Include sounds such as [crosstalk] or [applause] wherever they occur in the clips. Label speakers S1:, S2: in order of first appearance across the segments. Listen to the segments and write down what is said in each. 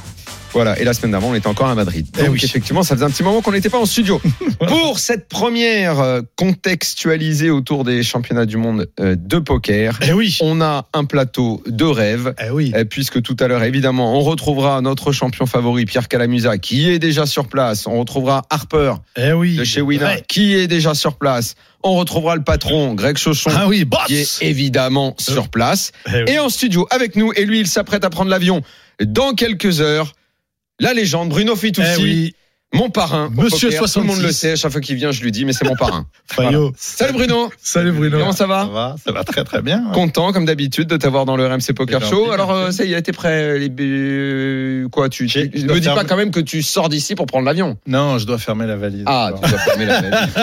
S1: Voilà, et la semaine d'avant, on était encore à Madrid.
S2: Eh
S1: Donc
S2: oui.
S1: effectivement, ça faisait un petit moment qu'on n'était pas en
S2: [laughs]
S1: studio. Pour cette première euh, contextualisée autour des championnats du monde euh, de poker,
S2: Eh oui,
S1: on a un plateau de rêve.
S2: eh oui.
S1: euh, Puisque tout à l'heure, évidemment, on retrouvera notre champion favori, Pierre Calamusa, qui est déjà sur place. On retrouvera Harper
S2: Eh oui.
S1: de chez Wina,
S2: Ouais.
S1: qui est déjà sur place. On retrouvera le patron, Greg Chauchon,
S2: Ah oui, boss.
S1: qui est évidemment sur place
S2: Eh oui.
S1: et en studio avec nous. Et lui, il s'apprête à prendre l'avion dans quelques heures. La légende, Bruno Fitoussi,
S2: Eh oui,
S1: mon parrain. au
S2: Monsieur
S1: poker. Tout le monde
S2: 66.
S1: le sait, à chaque fois qu'il vient, je lui dis, mais c'est mon parrain.
S2: Fayot.
S1: Salut Bruno
S2: [laughs] Salut Bruno.
S1: Comment ça va
S2: va Ça va très très bien. ouais.
S1: Content, comme d'habitude, de t'avoir dans le RMC Poker
S2: Eh ben,
S1: Show.
S2: oui,
S1: Alors,
S2: merci.
S1: euh, ça y est, t'es prêt les... euh, Quoi Tu
S3: J'ai-
S1: tu-
S3: je dois
S1: me dis
S3: faire-
S1: pas quand même que tu sors d'ici pour prendre l'avion.
S3: Non, je dois fermer la valise.
S1: Ah,
S3: d'abord.
S1: tu dois fermer la
S3: [laughs]
S1: valise.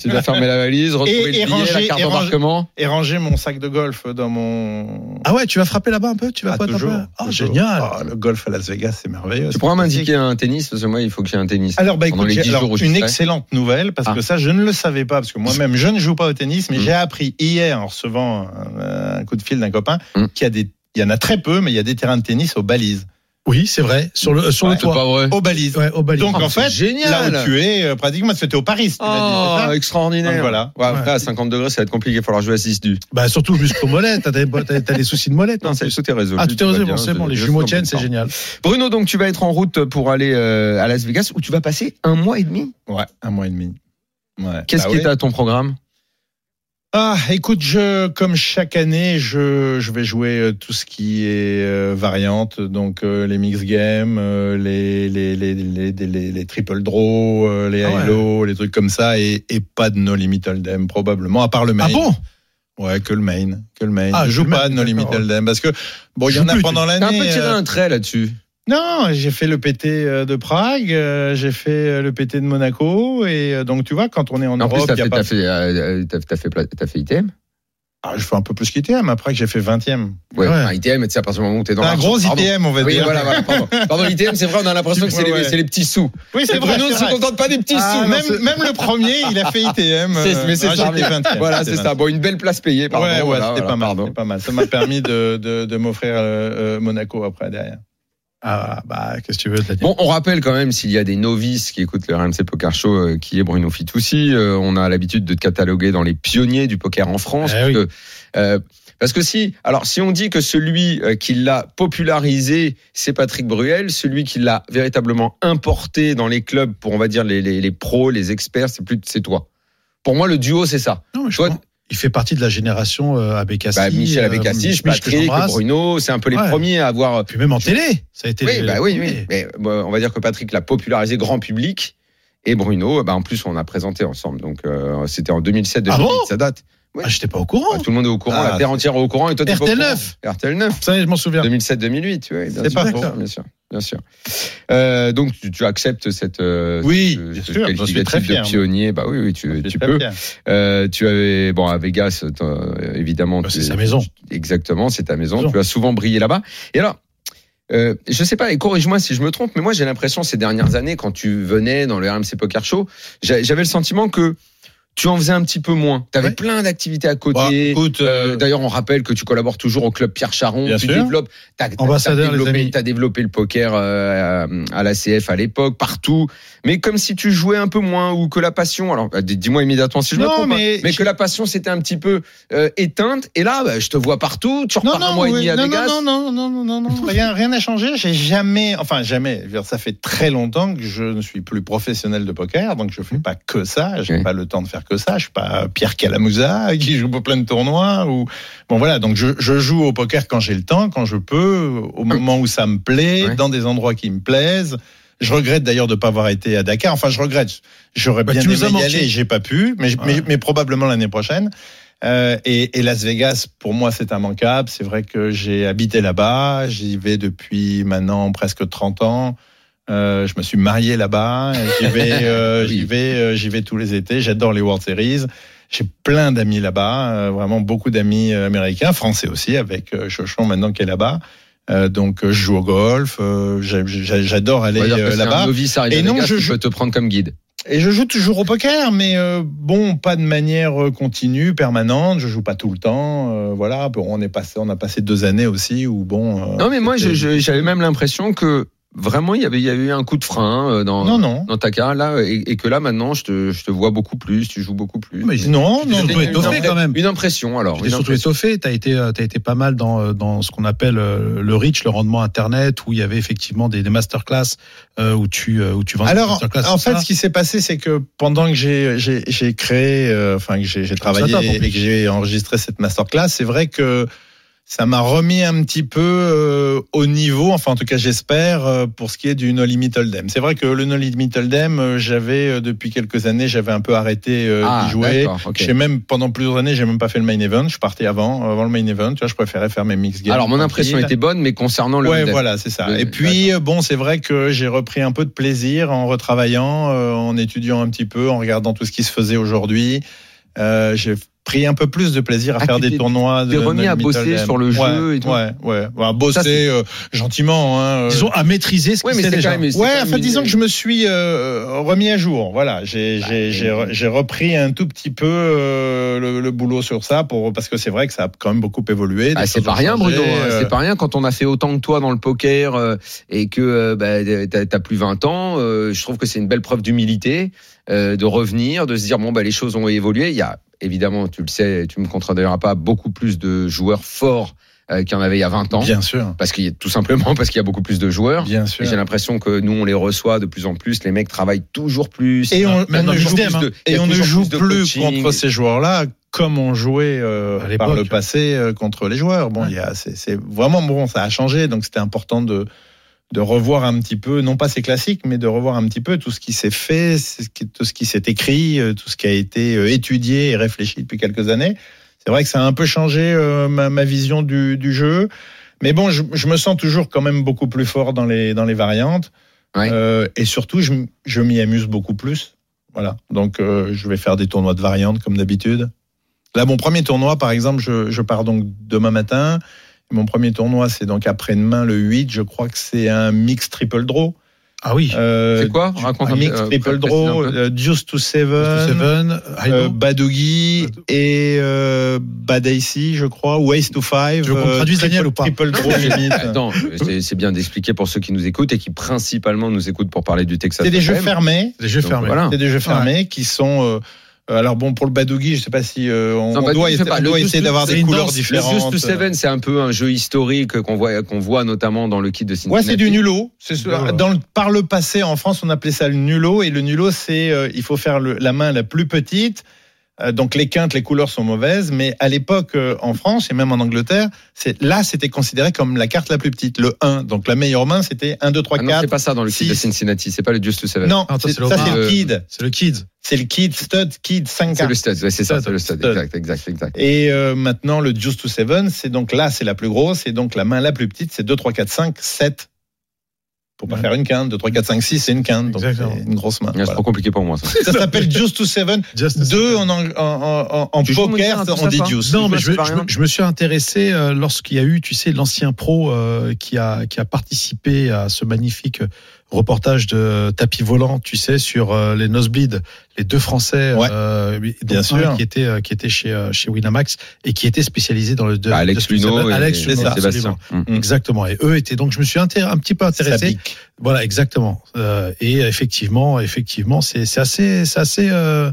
S1: tu dois fermer la valise, retrouver
S3: Et-
S1: le
S3: et
S1: billet, la
S3: ranger-
S1: carte
S3: et ranger-
S1: d'embarquement.
S3: Et ranger mon sac de golf dans mon.
S2: Ah ouais, tu vas frapper là-bas un peu Tu vas
S3: Ah,
S2: pas
S3: toujours,
S2: Ah,
S3: toujours.
S2: génial.
S3: Ah, le golf à Las Vegas, c'est merveilleux.
S1: Tu
S3: C'est
S1: pourras
S3: fantastique.
S1: m'indiquer un tennis Parce que moi, il faut que j'ai un tennis.
S2: Ah,
S3: Alors, bah,
S1: Pendant
S3: écoute,
S1: les 10
S3: j'ai- alors,
S1: jours où je
S3: une
S1: serai.
S3: excellente nouvelle, parce
S1: Ah.
S3: que ça, je ne le savais pas, parce que moi-même, je ne joue pas au tennis, mais
S1: Mm.
S3: j'ai appris hier, en recevant un, un coup de fil d'un copain,
S1: Mm.
S3: qu'il y a des. Il y en a très peu, mais il y a des terrains de tennis aux balises.
S2: Oui, c'est vrai. Sur le, euh, sur
S1: Ouais,
S2: le
S1: c'est
S2: toit.
S1: pas vrai.
S3: Aux balises.
S2: Ouais, au Bali.
S3: Donc,
S1: Ah,
S3: en
S1: c'est
S3: fait,
S1: génial.
S3: là où tu es, euh, pratiquement, c'était au Paris. tu m'as dit, c'est
S1: Ah,
S3: ça
S1: extraordinaire.
S3: Donc voilà.
S1: Ouais, après, à 50 degrés, ça va être compliqué. Il va falloir jouer à 6 du.
S2: Bah surtout jusqu'aux mollets, t'as des, t'as- t'as des soucis de mollets.
S1: Non, c'est, tout est résolu.
S2: Ah, tout est
S1: va
S2: résolu,
S1: bien,
S2: bon, c'est bon, les
S1: je- je
S2: jumeaux
S1: suis en
S2: tiennent, c'est
S1: plein
S2: génial.
S1: temps. Bruno, donc tu vas être en route pour aller euh, à Las Vegas où tu vas passer un mois et demi.
S3: Ouais, un mois et demi. Ouais.
S1: Qu'est-ce
S3: Bah
S1: qui
S3: ouais.
S1: est à ton programme
S3: Ah, écoute, je comme chaque année, je, je vais jouer euh, tout ce qui est euh, variante, donc euh, les mix games, euh, les, les, les, les, les, les- les triple draw, euh, les
S2: Ah ouais.
S3: high low, les trucs comme ça, et, et pas de no limit hold'em probablement, à part le main.
S2: Ah bon
S3: Ouais, que le main, que le main.
S2: Ah,
S3: je joue
S2: que le main,
S3: pas de no limit
S2: d'accord.
S3: hold'em parce que bon, il y
S2: Je
S3: en
S2: joue
S3: a
S2: plus,
S3: pendant
S1: T'as un peu
S3: l'année.
S1: tiré
S3: euh,
S1: un trait là-dessus.
S3: non, j'ai fait le PT euh, de Prague, euh, j'ai fait euh, le PT de Monaco, et euh, donc tu vois, quand on est en,
S1: En plus,
S3: Europe,
S1: t'as
S3: il y a
S1: fait,
S3: pas.
S1: t'as fait, euh, t'as- t'as fait, pla- t'as fait ITM.
S3: Ah, je fais un peu plus qu'ITM après que j'ai fait 20e.
S1: Ouais,
S2: Ouais.
S1: enfin, ITM, tu sais, à partir du moment où t'es dans
S3: un
S1: l'argent,
S3: gros
S1: pardon.
S3: ITM, on va
S1: Oui,
S3: dire.
S1: voilà, voilà, pardon. Pardon, ITM, c'est vrai, on a l'impression que c'est,
S3: Ouais,
S1: les,
S3: ouais.
S1: c'est les petits sous.
S3: Oui, c'est vrai.
S1: Bruno ne
S3: c'est
S1: se
S3: vrai.
S1: contente pas des petits
S3: Ah,
S1: sous. hein.
S3: même, même le premier, il a fait ITM.
S1: C'est- mais c'est
S3: Ah,
S1: ça, mais-
S3: j'étais 20e,
S1: Voilà,
S3: j'étais
S1: c'est ça.
S3: 20e.
S1: Bon, une belle place payée, pardon.
S3: ouais, ouais,
S1: voilà,
S3: c'était
S1: voilà,
S3: pas mal.
S1: pardon.
S3: c'était pas mal. Ça m'a permis de, de, de m'offrir euh, euh, Monaco après derrière.
S2: Ah bah qu'est-ce que tu veux Daniel
S1: Bon, on rappelle quand même s'il y a des novices qui écoutent le RMC Poker Show, euh, qui est Bruno Fitoussi. Euh, on a l'habitude de te cataloguer dans les pionniers du poker en France.
S2: Eh
S1: parce,
S2: oui.
S1: que, euh, parce que si, alors si on dit que celui euh, qui l'a popularisé, c'est Patrick Bruel, celui qui l'a véritablement importé dans les clubs pour, on va dire, les, les, les pros, les experts, c'est plus, c'est toi. Pour moi, le duo, c'est ça.
S2: Non, mais je
S1: toi-
S2: pense- il fait partie de la génération euh, Abécassi.
S1: Bah, Michel
S2: euh,
S1: Abécassis,
S2: Mich- que
S1: Patrick,
S2: j'embrasse.
S1: Bruno, c'est un peu les
S2: Ouais.
S1: premiers à avoir
S2: Puis même en télé, ça a été.
S1: Oui,
S2: les-
S1: bah oui, oui.
S2: les-
S1: Mais bon, on va dire que Patrick l'a popularisé grand public et Bruno, bah en plus on a présenté ensemble. Donc euh, c'était en 2007, 2008,
S2: Ah bon
S1: ça date. Oui.
S2: Ah, j'étais pas au courant.
S1: Bah, tout le monde est au courant,
S3: Ah,
S1: la terre entière est au courant et toi t'es pas au
S2: RTL
S1: courant.
S2: 9.
S1: RTL 9,
S2: Ça, je m'en souviens.
S1: 2007-2008. ouais, bien
S3: C'est
S1: sûr,
S3: pas
S1: bien
S3: faux.
S1: sûr, bien sûr, bien sûr. Euh, donc tu, tu acceptes cette euh,
S3: Oui,
S1: ce-
S3: bien
S1: ce
S3: sûr, j'en suis
S1: qualificatif
S3: très fier.
S1: de pionnier. Bah oui, oui, tu,
S3: J'étais
S1: tu
S3: très
S1: peux.
S3: fier.
S1: Euh, tu avais bon à Vegas, t'as- euh, évidemment.
S2: Bah,
S1: tu-
S2: c'est sa maison.
S1: Exactement, c'est ta maison.
S2: Maison.
S1: Tu as souvent brillé là-bas. Et alors, euh, je sais pas, et corrige-moi si je me trompe, mais moi j'ai l'impression ces dernières années, quand tu venais dans le RMC Poker Show, j'a- j'avais le sentiment que tu en faisais un petit peu moins. Tu avais
S2: Ouais.
S1: plein d'activités à
S3: Bah,
S1: côté.
S3: écoute,
S1: Euh, D'ailleurs, on rappelle que tu collabores toujours au club Pierre Charon.
S3: Bien
S1: tu
S3: sûr.
S1: développes. T'as, t'as-
S2: Ambassadeur,
S1: t'as
S2: les
S1: développé,
S2: amis.
S1: t'as développé le poker euh, à la CF à l'époque, partout. Mais comme si tu jouais un peu moins ou que la passion. Alors, bah, dis- dis-moi immédiatement si je me
S3: Non,
S1: trompe. hein,
S3: mais-
S1: que la passion c'était un petit peu euh, éteinte. Et là, bah, je te vois partout. Tu repars
S3: Non,
S1: un
S3: non,
S1: mois et
S3: oui,
S1: demi à
S3: non,
S1: Vegas.
S3: non, non, non, non, non, non, rien, rien n'a changé. J'ai jamais, enfin jamais. je veux dire,
S1: Mmh.
S3: Ça fait très longtemps que je ne suis plus professionnel de poker, donc je fais pas que ça. J'ai
S1: Oui.
S3: pas le temps de faire que ça. Je suis pas Pierre Calamusa qui joue pour plein de tournois ou bon voilà. Donc je, je joue au poker quand j'ai le temps, quand je peux, au moment où ça me plaît,
S1: Ouais.
S3: dans des endroits qui me plaisent. Je regrette d'ailleurs de ne pas avoir été à Dakar. Enfin, je regrette. J'aurais
S2: Bah,
S3: bien
S2: tu nous
S3: aimé
S2: as
S3: y
S2: manqué.
S3: aller, j'ai pas pu, mais, mais, mais probablement l'année prochaine. Euh, et, et Las Vegas, pour moi, c'est immanquable. C'est vrai que j'ai habité là-bas. J'y vais depuis maintenant presque 30 ans. Euh, je me suis marié là-bas.
S2: [laughs]
S3: J'y vais, euh,
S1: Oui.
S3: j'y vais, euh, j'y vais tous les étés. J'adore les World Series. J'ai plein d'amis là-bas, euh, vraiment beaucoup d'amis euh, américains, français aussi, avec euh, Chochon maintenant qui est là-bas. Euh, donc euh, je joue au golf, euh, j'a- j'a- j'adore aller
S1: On va dire que
S3: euh,
S1: c'est un
S3: là-bas.
S1: novice arrivé
S3: Et
S1: à
S3: non,
S1: Vegas,
S3: je
S1: tu
S3: joue-
S1: peux te prendre comme guide.
S3: Et je joue toujours au poker, mais euh, bon, pas de manière euh, continue, permanente. Je joue pas tout le temps. euh, voilà, Bon, on est passé, on a passé deux années aussi où bon. euh,
S1: Non, mais moi, je-
S3: c'était-
S1: je- j'avais même l'impression que vraiment, il y avait, il y avait eu un coup de frein euh, dans,
S3: non, non.
S1: dans ta carrière, là, et, et que là, maintenant, je te, je te vois beaucoup plus, tu joues beaucoup plus.
S2: Mais
S3: Non,
S2: Tu t'es
S3: non,
S2: surtout
S3: non,
S2: étoffé
S3: non.
S2: quand même.
S1: Une impression, alors.
S2: Tu t'es
S1: une
S2: surtout
S1: impression.
S2: étoffé, tu as été, euh, t'as été pas mal dans, euh, dans ce qu'on appelle euh, le reach, le rendement internet, où il y avait effectivement des, des masterclass euh, où tu, euh, où tu vendais
S3: Alors,
S2: des masterclass.
S3: en
S2: tout
S3: fait,
S2: ça.
S3: ce qui s'est passé, c'est que pendant que j'ai j'ai- j'ai créé, euh, enfin que j'ai j'ai travaillé
S2: top, en plus.
S3: et que j'ai enregistré cette masterclass, c'est vrai que ça m'a remis un petit peu euh, au niveau, enfin en tout cas j'espère, euh, pour ce qui est du No Limit Hold'em. C'est vrai que le No Limit Hold'em, euh, j'avais euh, depuis quelques années, j'avais un peu arrêté euh,
S1: Ah,
S3: d'y jouer.
S1: d'accord, ok.
S3: J'ai même pendant plusieurs années, j'ai même pas fait le main event. Je partais avant, avant le main event. Tu vois, je préférais faire mes mix games.
S1: Alors, mon impression
S3: tranquille.
S1: était bonne, mais concernant le.
S3: Ouais,
S1: modèle.
S3: voilà, c'est ça.
S1: Le-
S3: Et puis, euh, bon, c'est vrai que j'ai repris un peu de plaisir en retravaillant, euh, en étudiant un petit peu, en regardant tout ce qui se faisait aujourd'hui. Euh, j'ai pris un peu plus de plaisir à
S1: Ah,
S3: faire
S1: tu
S3: des
S1: t'es-
S3: tournois.
S1: t'es
S3: de-
S1: remis
S3: de
S1: à bosser
S3: Middle Game.
S1: sur le jeu
S3: Ouais,
S1: et tout.
S3: Ouais, ouais. Enfin,
S2: Ça,
S3: bosser
S2: c'est-
S3: euh, gentiment. Hein, euh,
S2: Disons, à maîtriser ce
S1: Ouais,
S2: qui
S1: mais
S2: s'est
S1: c'est
S2: déjà.
S1: quand même. c'est
S3: Ouais,
S1: quand
S3: enfin,
S1: même
S3: disons
S1: une-
S3: que je me suis euh, remis à jour. Voilà, j'ai
S1: Bah,
S3: j'ai- j'ai re- j'ai repris un tout petit peu euh, le, le boulot sur ça pour parce que c'est vrai que ça a quand même beaucoup évolué. des
S1: Ah, c'est
S3: choses
S1: pas
S3: ont
S1: rien,
S3: changé,
S1: Bruno. hein,
S3: euh,
S1: C'est pas rien quand on a fait autant que toi dans le poker euh, et que euh, bah, t'as- t'as plus 20 ans. euh, je trouve que c'est une belle preuve d'humilité euh, de revenir, de se dire bon bah les choses ont évolué. Il y a évidemment, tu le sais, tu me contrediras pas, beaucoup plus de joueurs forts euh, qu'il y en avait il y a 20 ans.
S3: Bien sûr,
S1: Parce qu'il y a- tout simplement parce qu'il y a beaucoup plus de joueurs.
S3: bien
S1: Et
S3: sûr.
S1: J'ai l'impression que nous on les reçoit de plus en plus. Les mecs travaillent toujours plus.
S3: Et on,
S2: même
S3: on
S2: dans
S3: ne
S2: le
S3: joue,
S2: système,
S3: plus,
S1: hein.
S3: de-
S1: Il y
S3: et
S1: a
S3: on ne
S1: toujours plus
S3: joue
S1: de
S3: plus
S1: coaching.
S3: contre ces joueurs-là comme on jouait euh,
S2: À l'époque.
S3: par le passé euh, contre les joueurs. Bon, il y a- c'est c'est vraiment bon, ça a changé, donc c'était important de de revoir un petit peu, non pas ces classiques, mais de revoir un petit peu tout ce qui s'est fait, c'est ce qui- tout ce qui s'est écrit, euh, tout ce qui a été euh, étudié et réfléchi depuis quelques années. C'est vrai que ça a un peu changé euh, ma, ma vision du, du jeu. Mais bon, je, je me sens toujours quand même beaucoup plus fort dans les, dans les variantes.
S1: Ouais.
S3: Euh, et surtout, je, m- je m'y amuse beaucoup plus. Voilà. Donc, euh, je vais faire des tournois de variantes comme d'habitude. Là, mon premier tournoi, par exemple, je, je pars donc demain matin. Mon premier tournoi, c'est donc après-demain, le 8. Je crois que c'est un mix triple draw.
S2: Ah oui.
S3: Euh,
S1: C'est quoi
S3: du-
S1: Raconte un
S3: Un mix
S1: peu, euh,
S3: triple
S1: précise un
S3: draw,
S1: peu.
S3: euh, Deuce to Seven,
S2: Seven, High
S3: euh,
S2: Low.
S3: Badoogie
S2: Badoo-
S3: et euh, Badaisy, je crois, Waste to Five.
S2: Tu veux qu'on
S3: euh,
S2: traduise,
S3: triple-
S2: Daniel, ou pas
S3: Triple draw limite.
S1: Attends, euh, c'est- c'est bien d'expliquer pour ceux qui nous écoutent et qui principalement nous écoutent pour parler du Texas.
S3: C'est des jeux
S1: A&M.
S3: fermés.
S2: Les jeux
S1: Donc,
S2: fermés.
S1: voilà.
S3: C'est des
S2: Ah
S3: jeux fermés qui sont. euh, euh, alors bon, pour le Badougi, je sais pas si euh, on,
S1: Non,
S3: on
S1: Badoogie,
S3: doit,
S1: je
S3: essa-
S1: sais pas,
S3: on
S1: le
S3: doit
S1: Deuce
S3: essayer
S1: to-
S3: d'avoir
S1: c'est
S3: des
S1: une
S3: couleurs
S1: danse.
S3: différentes.
S1: Le Zeus to Seven, c'est un peu un jeu historique qu'on voit, qu'on voit notamment dans le kit de
S3: Ouais,
S1: Cincinnati.
S3: c'est du nulot. C'est ce-
S2: Voilà.
S3: dans le- par le passé, en France, on appelait ça le nulot. Et le nulot, c'est euh, il faut faire le- la main la plus petite. Euh, donc les quintes, les couleurs sont mauvaises. Mais à l'époque, euh, en France et même en Angleterre, c'est là, c'était considéré comme la carte la plus petite, le 1. Donc la meilleure main, c'était 1, 2, 3,
S1: Ah non, c'est
S3: 4.
S1: pas ça dans le kit
S3: six.
S1: de Cincinnati. C'est pas le Deuce to Seven.
S3: Non,
S2: Ah, ça,
S3: c'est-
S2: c'est le
S3: ça
S2: Roi.
S3: c'est le kid.
S2: C'est le Kids.
S3: C'est le kid, stud, kid, 5
S1: C'est
S3: cartes.
S1: le stud. ouais, c'est ça,
S3: Stud.
S1: c'est le stud.
S3: Stud.
S1: Exact, exact, exact.
S3: Et euh, maintenant, le Juice to Seven, c'est donc là, c'est la plus grosse, et donc la main la plus petite, c'est 2, 3, 4, 5, 7. Pour pas
S2: Ouais.
S3: faire une quinte, 2, 3, 4, 5, 6, c'est une quinte, donc c'est
S2: Exactement.
S3: une grosse main.
S1: Ah, C'est
S3: voilà.
S1: trop compliqué pour moi, ça.
S3: Ça s'appelle Juice to Seven.
S2: Just
S3: Deux en, ang- en, en, en- en
S1: Tu joues,
S3: poker,
S1: Mounir, à tout
S3: on
S1: ça,
S3: dit
S1: toi
S3: Juice.
S2: Non, mais
S1: c'est
S2: je, me-
S1: pas
S2: je
S1: rien.
S2: me- je me suis intéressé euh, lorsqu'il y a eu, tu sais, l'ancien pro euh, qui a qui a participé à ce magnifique euh, reportage de tapis volant, tu sais, sur euh, les nosebleeds, les deux Français,
S3: Ouais.
S2: euh, oui,
S3: Bien
S2: dont
S3: sûr.
S2: un qui était euh, qui était chez euh, chez Winamax et qui était spécialisé dans le de,
S1: Bah, Alex
S2: de- de-
S1: Luno et,
S2: Alex
S1: et
S2: Luno,
S1: Sébastien.
S2: absolument.
S1: Mm.
S2: Exactement. Et eux étaient donc je me suis intér- un petit peu
S3: Ça
S2: intéressé.
S3: pique.
S2: Voilà, exactement. Euh, et effectivement, effectivement, c'est c'est assez, c'est assez. euh,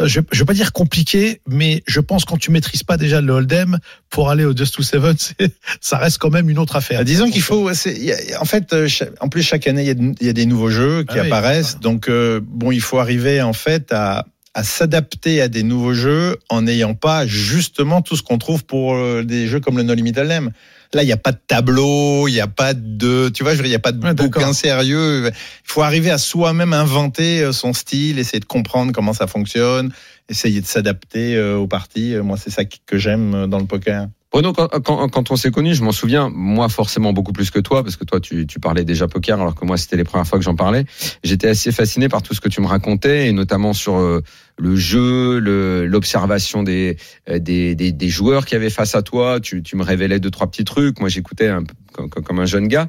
S2: euh, je, je vais pas dire compliqué, mais je pense quand tu maîtrises pas déjà le hold'em pour aller au Just to Seven, [laughs] c'est- ça reste quand même une autre affaire.
S3: Ah, Disons qu'il faut. c'est- il y a- En fait, euh, cha- en plus chaque année, il y a de- il y, a des nouveaux jeux qui
S2: Ah oui.
S3: apparaissent. Donc euh, bon, il faut arriver en fait à, à à s'adapter à des nouveaux jeux en n'ayant pas justement tout ce qu'on trouve pour euh, des jeux comme le No Limit Lem. Là, il n'y a pas de tableau, il n'y a pas de, tu vois, je veux dire, il n'y a pas de
S2: Ouais, d'accord.
S3: bouquin sérieux. Il faut arriver à soi-même inventer euh, son style, essayer de comprendre comment ça fonctionne, essayer de s'adapter euh, aux parties. Euh, Moi, c'est ça qui- que j'aime euh, dans le poker.
S1: Bruno, quand, quand- quand on s'est connus, je m'en souviens, moi forcément beaucoup plus que toi, parce que toi tu, tu parlais déjà poker, alors que moi c'était les premières fois que j'en parlais. J'étais assez fasciné par tout ce que tu me racontais, et notamment sur euh, le jeu, le- l'observation des, euh, des, des, des joueurs qui avaient face à toi. Tu, tu me révélais deux, trois petits trucs. Moi j'écoutais un peu comme, comme- comme un jeune gars.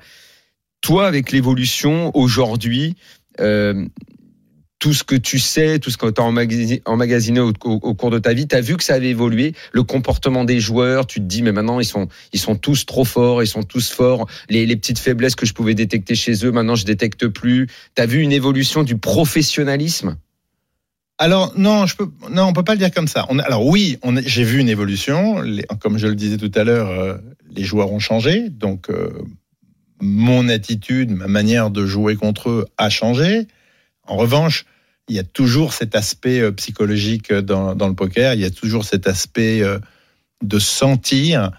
S1: Toi, avec l'évolution aujourd'hui, euh, tout ce que tu sais, tout ce que tu as emmagasiné, emmagasiné au, au- au cours de ta vie, tu as vu que ça avait évolué, le comportement des joueurs, tu te dis, mais maintenant, ils sont, ils sont tous trop forts, ils sont tous forts, les, les petites faiblesses que je pouvais détecter chez eux, maintenant, je détecte plus. Tu as vu une évolution du professionnalisme
S3: Alors non, je peux non, on peut pas le dire comme ça. On, a- alors oui, on a- j'ai vu une évolution. Les- comme je le disais tout à l'heure, euh, les joueurs ont changé, donc euh, mon attitude, ma manière de jouer contre eux a changé. En revanche, il y a toujours cet aspect euh, psychologique euh, dans, dans le poker. Il y a toujours cet aspect euh, de sentir.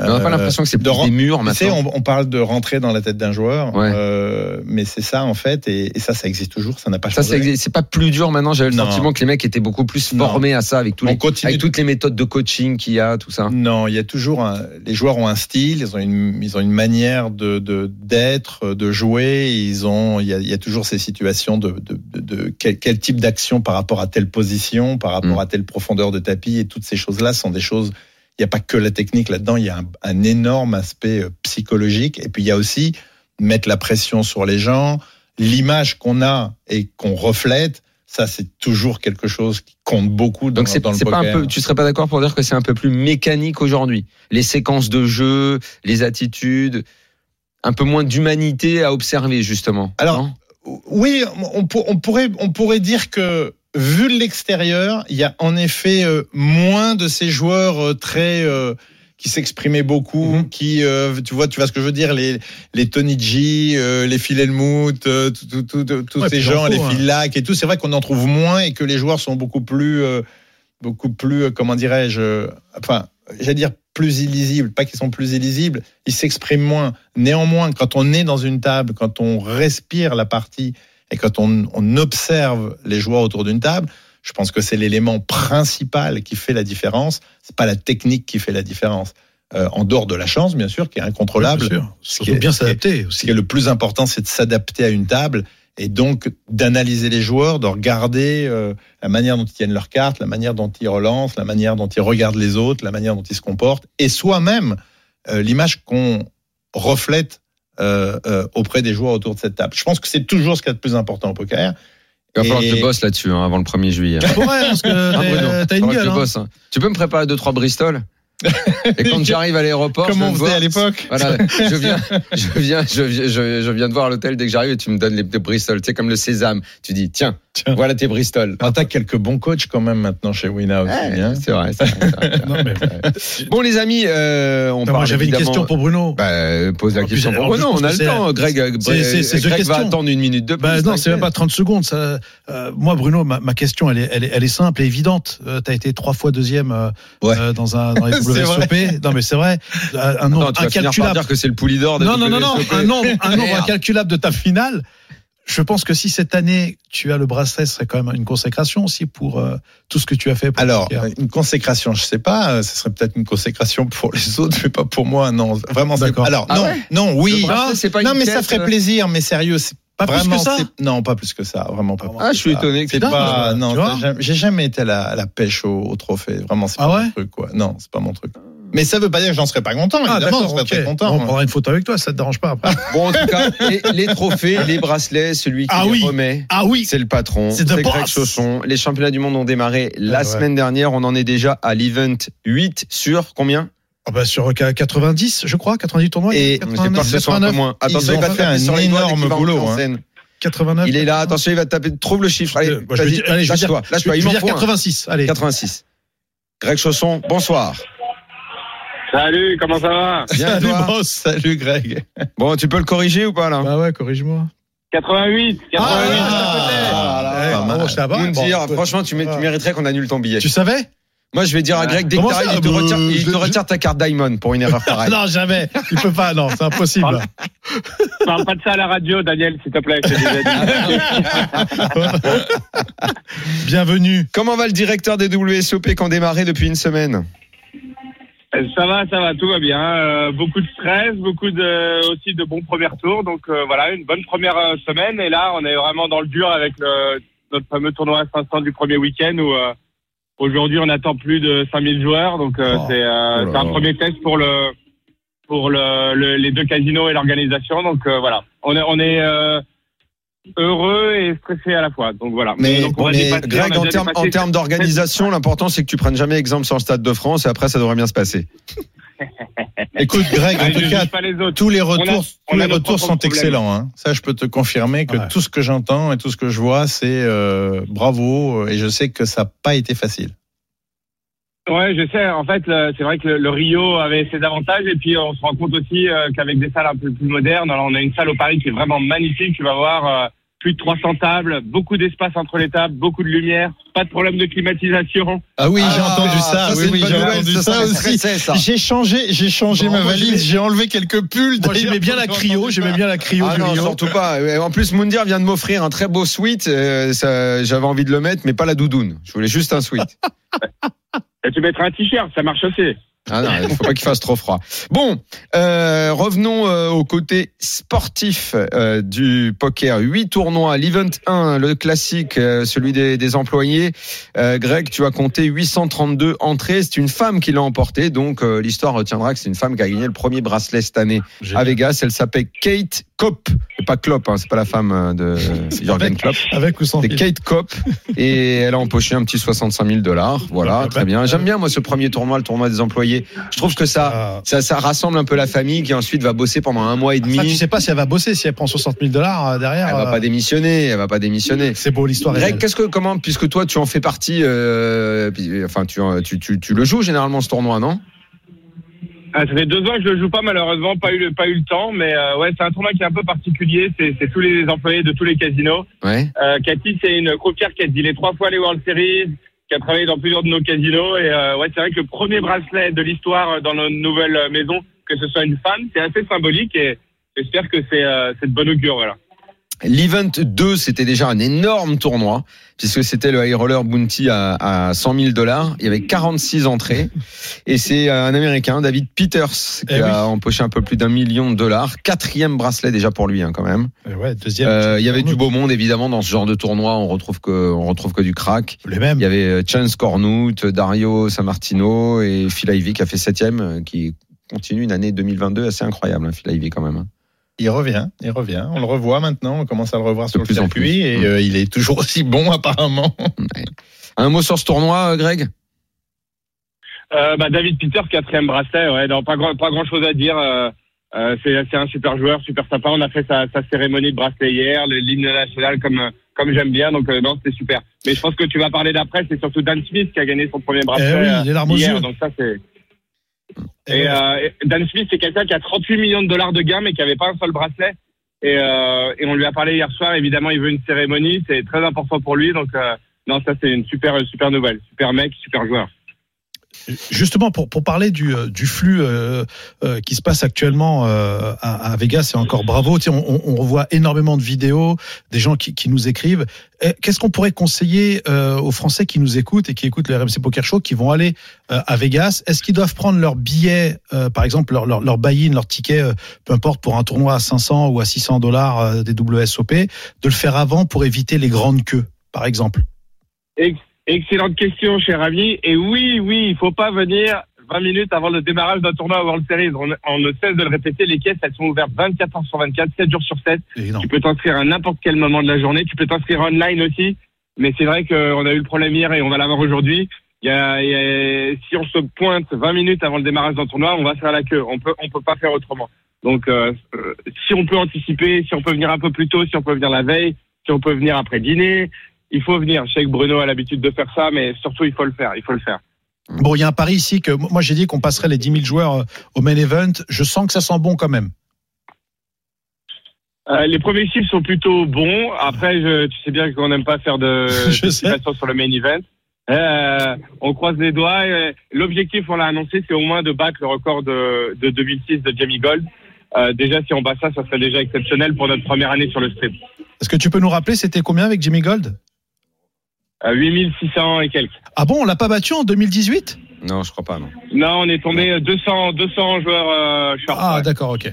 S1: On n'a pas
S3: euh,
S1: l'impression que c'est
S3: de
S1: plus
S3: ren-
S1: des murs
S3: tu sais,
S1: maintenant.
S3: on, on parle de rentrer dans la tête d'un joueur,
S1: Ouais.
S3: euh, mais c'est ça en fait, et, et ça, ça existe toujours, ça n'a pas
S1: Ça,
S3: changé.
S1: c'est exi- c'est pas plus dur maintenant. J'avais le
S3: Non.
S1: sentiment que les mecs étaient beaucoup plus
S3: Non.
S1: formés à ça avec, tous
S3: On
S1: les,
S3: continue
S1: avec toutes les méthodes de coaching qu'il y a, tout ça.
S3: Non, il y a toujours un- les joueurs ont un style, ils ont une, ils ont une manière de de- d'être, de, jouer. Ils ont, il y a, il y a toujours ces situations de de, de- de- quel, quel type d'action par rapport à telle position, par rapport
S1: Mm.
S3: à telle profondeur de tapis et toutes ces choses là sont des choses. Il n'y a pas que la technique là-dedans. Il y a un, un énorme aspect euh, psychologique et puis il y a aussi mettre la pression sur les gens, l'image qu'on a et qu'on reflète. Ça, c'est toujours quelque chose qui compte beaucoup dans,
S1: Donc c'est
S3: dans le
S1: c'est
S3: poker.
S1: pas un peu, tu serais pas d'accord pour dire que c'est un peu plus mécanique aujourd'hui. Les séquences de jeu, les attitudes, un peu moins d'humanité à observer justement.
S3: Alors,
S1: non
S3: Oui, on, pour- on pourrait, on pourrait dire que vu de l'extérieur, il y a en effet euh, moins de ces joueurs euh, très euh, qui s'exprimaient beaucoup,
S2: Mhm.
S3: qui, euh, tu vois, tu vois ce que je veux dire, les les Tony G, euh, les Phil Hellmuth, euh, tout- tout- tout- tout- tous
S2: Ouais,
S3: ces
S2: puis j'en
S3: gens,
S2: fous,
S3: les
S2: hein.
S3: Phil Lack et tout. C'est vrai qu'on en trouve moins et que les joueurs sont beaucoup plus, euh, beaucoup plus, euh, comment dirais-je, euh, enfin, j'allais dire plus illisibles, pas qu'ils sont plus illisibles, ils s'expriment moins. Néanmoins, quand on est dans une table, quand on respire la partie et quand on, on observe les joueurs autour d'une table, je pense que c'est l'élément principal qui fait la différence. C'est pas la technique qui fait la différence. Euh, en dehors de la chance, bien sûr, qui est incontrôlable.
S2: Bien sûr.
S3: Ce qui
S2: Surtout
S3: est-
S2: bien
S3: ce qui est-
S2: s'adapter
S3: Ce
S2: aussi.
S3: qui est le plus important, c'est de s'adapter à une table et donc d'analyser les joueurs, de regarder euh, la manière dont ils tiennent leurs cartes, la manière dont ils relancent, la manière dont ils regardent les autres, la manière dont ils se comportent, et soi-même euh, l'image qu'on reflète euh, euh, auprès des joueurs autour de cette table. Je pense que c'est toujours ce qu'il y a de plus important au poker.
S1: Il va falloir que
S3: et-
S1: je bosse là-dessus hein, avant le 1er
S3: [laughs]
S1: juillet.
S2: Ouais, parce que
S3: Ah,
S1: Hein, Bruno
S2: t'as-
S1: Il va
S2: t'as une
S1: falloir que
S2: gueule.
S1: je
S2: hein.
S1: bosse, hein. Tu peux me préparer deux trois Bristol Et quand j'arrive à l'aéroport, je
S3: Comme
S1: vais
S3: on
S1: me
S3: faisait
S1: voir-
S3: à l'époque.
S1: [laughs] Voilà, je viens, je viens, je viens, je, je viens de voir l'hôtel dès que j'arrive et tu me donnes les petits Bristol. Tu sais, comme le sésame. Tu dis, tiens,
S3: Tiens.
S1: voilà tes Bristol.
S3: Ah, T'as quelques bons coachs quand même maintenant chez Wina aussi. hein.
S1: Ouais, Eh, c'est vrai, c'est vrai, c'est vrai.
S2: Non, mais- [laughs]
S1: Bon, les amis, euh, on
S2: Attends,
S1: parle
S2: moi, j'avais une
S1: évidemment-
S2: question pour Bruno.
S1: Bah, euh, pose la
S2: En plus,
S1: question.
S2: alors,
S1: Oh
S2: je
S1: non,
S2: pense
S1: on a
S2: que
S1: le
S2: c'est-
S1: temps. Greg, euh,
S2: c'est- c'est- c'est deux
S1: Greg va
S2: questions.
S1: attendre une minute de plus.
S2: Bah non, c'est même pas
S1: t'inquiète.
S2: 30 secondes. Ça, euh, moi, Bruno, ma, ma question, elle est, elle, est, elle est simple et évidente. Euh, T'as été trois fois deuxième euh,
S3: Ouais.
S2: euh, dans un dans les
S3: C'est
S2: WSOP. Non, mais c'est vrai. Euh, Un nombre
S1: Attends, tu vas finir par
S2: incalculable.
S1: dire que c'est le pouli d'or. de
S2: Non, non, non, non.
S1: WSOP.
S2: Un nombre, un nombre
S1: Merde.
S2: incalculable de ta finale. Je pense que si cette année tu as le bracelet, ce serait quand même une consécration aussi pour euh, tout ce que tu as fait. Pour le
S3: Alors,
S2: poker.
S3: une consécration, je sais pas, euh, ce serait peut-être une consécration pour les autres, mais pas pour moi, non. Vraiment, c'est-
S2: D'accord.
S3: Alors,
S1: Ah
S3: non,
S1: ouais
S3: non, oui.
S1: Le bracelet,
S3: Non,
S1: c'est pas
S3: non,
S1: une
S3: mais ça
S1: pièce,
S3: ferait
S1: euh,
S3: plaisir, mais sérieux, c'est
S2: pas plus
S3: vraiment.
S2: que ça.
S3: c'est- Non, pas plus que ça, vraiment pas.
S1: Ah, je suis étonné que
S3: C'est
S1: tu
S2: dingue,
S3: pas, non,
S2: tu
S3: ça,
S2: vois.
S3: j'ai- j'ai jamais été à la, à la pêche au, au trophée. Vraiment, c'est
S2: Ah
S3: pas
S2: ouais
S3: mon truc, quoi. Non, c'est pas mon truc. Mais ça veut pas dire que j'en serais pas content,
S2: Ah,
S3: évidemment, je
S2: d'accord,
S3: serais
S2: ok.
S3: très
S2: On
S3: content.
S2: prendra une photo avec toi, ça te dérange pas après.
S1: Bon, en tout cas, les, les trophées, les bracelets, celui qui
S2: Ah
S1: les
S2: oui.
S1: remet.
S2: Ah oui,
S1: C'est le patron,
S2: C'est
S1: c'est
S2: the
S1: Greg
S2: boss.
S1: Chausson. Les championnats du monde ont démarré la
S2: ouais.
S1: semaine dernière. On en est déjà à l'event 8 sur combien
S2: Ah bah sur 90, je crois, 90 tournois.
S3: Et
S1: C'est pas que ce soit un peu
S2: 89.
S1: moins. Attention,
S3: Ils
S1: il va
S3: ont
S1: te
S3: fait
S1: taper
S3: un
S1: sur les doigts dès qu'il
S3: énorme
S1: va entrer
S3: boulot,
S1: en
S3: hein.
S1: scène.
S2: 89.
S1: Il est là, attention, il va te taper. Trouve le chiffre. Allez,
S2: Moi, Euh, bah, je vais
S1: vas-y,
S2: dire- allez, je vais dire-
S1: lâche-toi.
S2: je
S1: Lâche-toi,
S2: vais
S1: il m'en
S2: dire
S1: faut un.
S2: 86. Allez.
S1: 86. Greg Chausson, bonsoir.
S4: Salut, comment ça va
S1: Bien, et
S3: Salut,
S1: toi [laughs]
S3: boss. Salut, Greg.
S2: Ah
S1: Bon, tu peux le corriger ou pas là
S2: Bah ouais, corrige-moi.
S4: 88, 88.
S1: Ah,
S3: Ah,
S1: là, là, là. pas mal.
S2: Oh, ça va,
S1: Moundir,
S2: bon.
S1: franchement, tu, mé- tu mériterais qu'on annule ton billet.
S2: Tu savais
S1: Moi, je vais dire à Greg, dès que
S2: Comment
S1: t'arrives,
S2: ça
S1: il te,
S2: Euh,
S1: retire, il
S2: je-
S1: te
S2: je-
S1: retire ta carte Diamond pour une
S2: [laughs]
S1: erreur pareille.
S2: Non, jamais. Il peut pas. Non,
S1: [laughs]
S2: c'est impossible.
S4: Parle pas de ça à la radio, Daniel, s'il te plaît. je t'ai déjà
S1: [laughs]
S4: dit.
S2: Bienvenue.
S1: Comment va le directeur des WSOP qui ont démarré depuis une semaine
S4: ça va, ça va, tout va bien. Euh, beaucoup de stress, beaucoup de, aussi de bons premiers tours. Donc euh, voilà, une bonne première euh, semaine. Et là, on est vraiment dans le dur avec le- notre fameux tournoi à 500 du premier week-end où euh, aujourd'hui on attend plus de 5000 joueurs. Donc euh,
S1: Oh.
S4: c'est euh,
S1: Oh là
S4: c'est un
S1: là.
S4: premier test pour le pour le, le- les deux casinos et l'organisation. Donc euh, voilà, on est on est euh, heureux et stressé à la fois. Donc voilà.
S1: Mais,
S4: Donc, on va
S1: mais
S4: dépasser- on
S1: Greg,
S4: a
S1: en
S4: déjà
S1: termes en
S4: dépassé-
S1: termes d'organisation, l'important c'est que tu prennes jamais exemple sur le Stade de France et après ça devrait bien se passer.
S3: Écoute, Greg,
S4: Ah,
S3: en
S4: je
S3: tout
S4: juge
S3: cas,
S4: pas les autres.
S3: tous les
S4: On a-
S3: retours,
S4: on
S3: tous
S4: a
S3: les
S4: nos
S3: retours
S4: propres
S3: sont
S4: problèmes.
S3: excellents. hein. Ça, je peux te confirmer que
S2: Ouais.
S3: tout ce que j'entends et tout ce que je vois, c'est euh, bravo. Et je sais que ça n'a pas été facile.
S4: Ouais, je sais. En fait, le- c'est vrai que le, le Rio avait ses avantages et puis euh, on se rend compte aussi euh, qu'avec des salles un peu plus modernes, alors on a une salle au Paris qui est vraiment magnifique. Tu vas voir euh, plus de 300 tables, beaucoup d'espace entre les tables, beaucoup de lumière, pas de problème de climatisation.
S3: Ah oui, j'ai
S1: Ah,
S3: entendu ça.
S1: c'est
S3: oui,
S1: une
S3: oui,
S1: bonne
S3: j'ai
S1: nouvelle,
S3: entendu
S1: ça,
S3: ça,
S1: ça me
S3: aussi.
S1: stressait, ça.
S3: [laughs] J'ai changé, j'ai changé
S2: Bon,
S3: ma
S2: moi,
S3: valise.
S2: j'aimais-
S3: J'ai enlevé quelques pulls.
S2: Moi, j'aimais
S3: d'ailleurs,
S2: bien la
S3: quand j'ai
S2: cryo.
S3: entendu
S2: J'aimais
S3: ça.
S2: bien la cryo
S1: Ah
S2: du
S1: non,
S2: Rio.
S1: surtout pas. Euh, En plus, Moundir vient de m'offrir un très beau sweat. euh, ça- J'avais envie de le mettre, mais pas la doudoune. Je voulais juste un sweat.
S4: Et tu mettras un t-shirt, ça marche aussi.
S1: Ah non, il faut pas qu'il fasse trop froid. Bon, euh, revenons euh, au côté sportif euh, du poker. Huit tournois, l'event 1, le classique, euh, celui des, des employés. Euh, Greg, tu as compté 832 entrées. C'est une femme qui l'a emporté, donc euh, l'histoire retiendra que c'est une femme qui a gagné le premier bracelet cette année
S2: Ah,
S1: à Vegas. Elle s'appelle Kate Kopp, Et pas Klopp, hein, c'est pas la femme euh, de Jorgen Klopp.
S2: Avec ou sans
S1: C'est
S2: fil.
S1: Kate Kopp et elle a empoché un petit 65 000 dollars. Voilà, très bien. J'aime bien moi ce premier tournoi, le tournoi des employés. Je trouve que ça,
S2: Ah,
S1: ça, ça rassemble un peu la famille qui ensuite va bosser pendant un mois et
S2: ça, tu
S1: demi.
S2: sais pas si elle va bosser, si elle prend 60 000 dollars derrière.
S1: Elle va
S2: euh,
S1: pas démissionner, elle va pas démissionner.
S2: C'est beau l'histoire. est
S1: Greg,
S2: belle.
S1: qu'est-ce que comment puisque toi tu en fais partie, euh, puis- enfin tu, en- tu, tu tu le joues généralement ce tournoi, non
S4: Ah, ça fait deux ans que je le joue pas, malheureusement, pas eu le, pas eu le temps. Mais euh, ouais, c'est un tournoi qui est un peu particulier. C'est c'est tous les employés de tous les casinos.
S1: Ouais.
S4: Euh, Cathy, c'est une croupière qui a dealé trois fois les World Series, qui a travaillé dans plusieurs de nos casinos. Et euh, ouais, c'est vrai que le premier bracelet de l'histoire euh, dans nos nouvelles maisons, que ce soit une femme, c'est assez symbolique et j'espère que c'est euh, c'est de bonne augure. Voilà.
S1: L'event 2, c'était déjà un énorme tournoi, puisque c'était le High Roller Bounty à, à 100 000 dollars. Il y avait 46 entrées. Et c'est euh, un Américain, David Peters, qui
S2: Eh
S1: a empoché un peu plus d'un million de dollars. Quatrième bracelet déjà pour lui, hein, quand même.
S2: Euh, Ouais, deuxième.
S1: Euh, il y avait du beau monde, évidemment, dans ce genre de tournoi. On retrouve que, on retrouve que du crack.
S2: Les mêmes.
S1: Il y avait euh, Chance Cornout, Dario Sammartino et Phil Ivey qui a fait septième, euh, qui continue une année 2022 assez incroyable, hein, Phil Ivey quand même. hein.
S3: Il revient, il revient. On le revoit maintenant. On commence à le revoir sur le
S1: plus en
S3: circuit
S1: plus.
S3: et
S1: Mm.
S3: euh, il est toujours aussi bon apparemment.
S1: Un mot sur ce tournoi, euh, Greg
S4: Euh, bah, David Peter, quatrième bracelet, ouais, non, pas grand, pas grand chose à dire. Euh, euh, c'est c'est un super joueur, super sympa. On a fait sa, sa cérémonie de bracelet hier, le- l'hymne national comme comme j'aime bien, donc euh, non, c'était super. Mais je pense que tu vas parler d'après, c'est surtout Dan Smith qui a gagné son premier bracelet
S2: Eh oui,
S4: euh,
S2: les larmes aux
S4: hier,
S2: yeux. Eh
S4: donc ça c'est. Et, euh, et Dan Smith, c'est quelqu'un qui a 38 millions de dollars de gains, mais qui n'avait pas un seul bracelet. Et, euh, et on lui a parlé hier soir. Évidemment, il veut une cérémonie, c'est très important pour lui. Donc euh, non, ça c'est une super super nouvelle, super mec, super joueur.
S2: Justement, pour, pour parler du, euh, du flux euh, euh, qui se passe actuellement euh, à, à Vegas, et encore bravo, tu sais, on, on- on revoit énormément de vidéos, des gens qui, qui nous écrivent. Eh, Qu'est-ce qu'on pourrait conseiller euh, aux Français qui nous écoutent et qui écoutent le RMC Poker Show, qui vont aller euh, à Vegas Est-ce qu'ils doivent prendre leur billet, euh, par exemple leur, leur, leur buy-in, leur ticket, euh, peu importe, pour un tournoi à 500 ou à 600 dollars euh, des WSOP, de le faire avant pour éviter les grandes queues, par exemple
S4: Ex- Excellente question, cher ami. Et oui, oui, il faut pas venir 20 minutes avant le démarrage d'un tournoi à World Series. On, on ne cesse de le répéter, les caisses, elles sont ouvertes 24 heures sur 24, 7 jours sur 7.
S2: Et Eh, non.
S4: Tu peux t'inscrire à n'importe quel moment de la journée. Tu peux t'inscrire online aussi. Mais c'est vrai qu'on a eu le problème hier et on va l'avoir aujourd'hui. Il y a- il y a- si on se pointe 20 minutes avant le démarrage d'un tournoi, on va faire la queue. On peut, on peut pas faire autrement. Donc, euh, euh, si on peut anticiper, si on peut venir un peu plus tôt, si on peut venir la veille, si on peut venir après dîner, il faut venir. Je sais que Bruno a l'habitude de faire ça, mais surtout, il faut le faire. Il faut le faire.
S2: Bon, il y a un pari ici que moi j'ai dit qu'on passerait les 10 000 joueurs euh, au main event. Je sens que ça sent bon quand même.
S4: Euh, les premiers chiffres sont plutôt bons. Après, je, tu sais bien qu'on n'aime pas faire de
S2: [laughs] Je
S4: de
S2: sais.
S4: spéculation sur le main event. Euh, on croise les doigts. et L'objectif, on l'a annoncé, c'est au moins de battre le record de, de 2006 de Jamie Gold. Euh, déjà, si on bat ça, ça serait déjà exceptionnel pour notre première année sur le strip.
S2: Est-ce que tu peux nous rappeler, c'était combien avec Jimmy Gold
S4: Euh, 8600 et quelques.
S2: Ah bon, on l'a pas battu en 2018
S1: Non, je crois pas, non.
S4: Non, on est tombé euh, 200, 200 joueurs euh, short.
S2: Ah,
S4: ouais.
S2: d'accord, ok.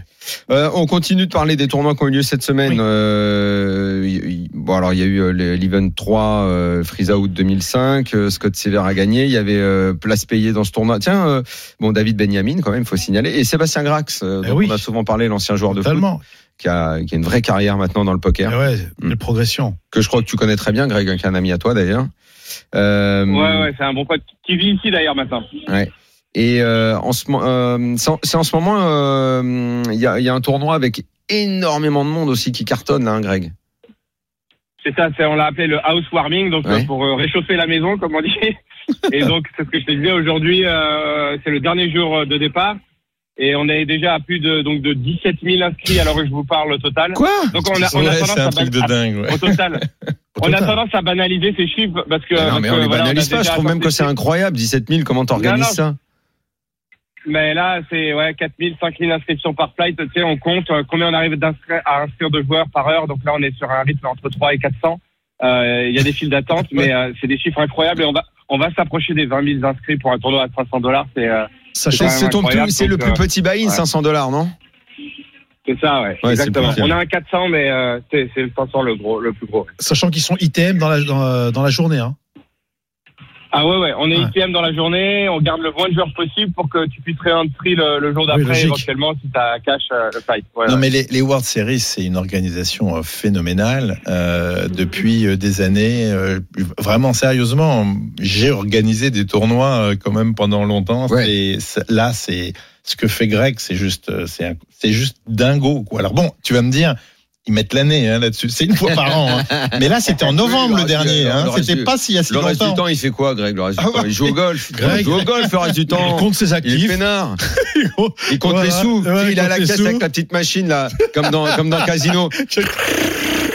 S1: Euh, on continue de parler des tournois qui ont eu lieu cette semaine. Euh, y- y- bon, alors il y a eu euh, le- l'Event 3, euh, Freeze Out 2005, euh, Scott Sever a gagné. Il y avait euh, place payée dans ce tournoi. Tiens, euh, bon David Benjamin quand même, faut signaler. Et Sébastien Grax, euh,
S2: Eh
S1: dont
S2: oui.
S1: on a souvent parlé, l'ancien joueur de foot,
S2: Totalement. Eh
S1: qui a, qui a une vraie carrière maintenant dans le poker,
S2: Mais ouais,
S1: Hmm.
S2: belle progression.
S1: que je crois que tu connais très bien, Greg, qui est un ami à toi d'ailleurs. Euh,
S4: Ouais, ouais, c'est un bon pote qui vit ici d'ailleurs maintenant.
S1: Et euh, en ce, mo- euh, c'est en- c'est en ce moment, euh, il y, a, il y a un tournoi avec énormément de monde aussi qui cartonne, là, hein, Greg.
S4: C'est ça, c'est, on l'a appelé le housewarming, donc
S1: Ouais.
S4: euh, pour euh, réchauffer la maison, comme
S1: [laughs]
S4: on dit. Et donc, c'est ce que je te disais, aujourd'hui, euh, c'est le dernier jour euh, de départ. Et on est déjà à plus de, donc, de 17 000 inscrits alors que je vous parle au total.
S1: Quoi
S4: Donc, on a, on a
S3: Ouais,
S4: tendance
S3: c'est
S4: à,
S3: un truc de
S4: ban-
S3: dingue.
S4: à-
S3: ouais.
S1: [laughs]
S4: au total. on a
S2: total.
S4: tendance à banaliser ces chiffres parce que.
S1: non,
S4: parce
S1: mais
S4: que,
S1: on les
S4: voilà, on euh, a
S1: banalise pas. Je
S4: déjà
S1: trouve même que
S4: sorti
S1: c'est
S4: ces
S1: incroyable. 17 000, comment
S4: Non,
S1: t'organises
S4: non.
S1: ça
S4: Mais là, c'est ouais, 4000, 5000 inscriptions par flight. Tu sais, on compte euh, combien on arrive d'inscrire- à inscrire de joueurs par heure. Donc là, on est sur un rythme entre 3 et 400. Euh, Il y a des files d'attente, mais euh, c'est des chiffres incroyables. Et on va, on va s'approcher des 20 000 inscrits pour un tournoi à 500 dollars. C'est euh,
S2: Sachant
S4: quand
S1: C'est
S4: même
S1: ton
S4: incroyable,
S1: plus- c'est le
S4: donc,
S1: plus
S4: euh,
S1: petit buy-in,
S4: ouais.
S1: 500 dollars, non
S4: c'est ça, ouais.
S1: Ouais, c'est
S4: Exactement.
S1: plus cher.
S4: On a un 400, mais euh, c'est c'est le 500 le gros, le plus gros.
S2: sachant qu'ils sont ITM dans la, dans, euh, dans la journée. Hein.
S4: Ah ouais, ouais. On est
S2: Ouais.
S4: ITM dans la journée. On garde le moins de joueurs possible pour que tu puisses réentrer le, le jour d'après
S2: logique.
S4: éventuellement si t'as cash euh, le flight. Ouais,
S3: Non
S4: ouais.
S3: mais les, les World Series c'est une organisation euh, phénoménale Euh, depuis euh, des années euh, vraiment sérieusement j'ai organisé des tournois euh, quand même pendant longtemps
S1: Ouais.
S3: et là c'est ce que fait Greg c'est juste euh, c'est un- c'est juste dingo quoi alors bon tu vas me dire ils mettent l'année hein, là-dessus c'est une fois par an hein. mais là c'était en novembre
S1: Oui,
S3: le
S1: le reste du-
S3: dernier
S1: le
S3: hein.
S1: reste
S3: c'était
S1: du-
S3: pas si il y a si
S1: Le reste du
S3: longtemps
S1: temps, il fait quoi, Greg Le reste du
S3: Ah
S1: temps, il joue au golf. [laughs]
S2: Greg-
S1: Il joue au golf le reste du
S2: Il
S1: temps.
S2: compte ses actifs.
S1: Il est peinard. [laughs] Il compte
S2: Voilà.
S1: les sous.
S2: Ouais,
S1: Tu sais, il
S2: il
S1: a
S2: compte
S1: la
S2: les
S1: caisse
S2: sous.
S1: avec la petite machine, là, comme dans, comme dans [laughs] Casino.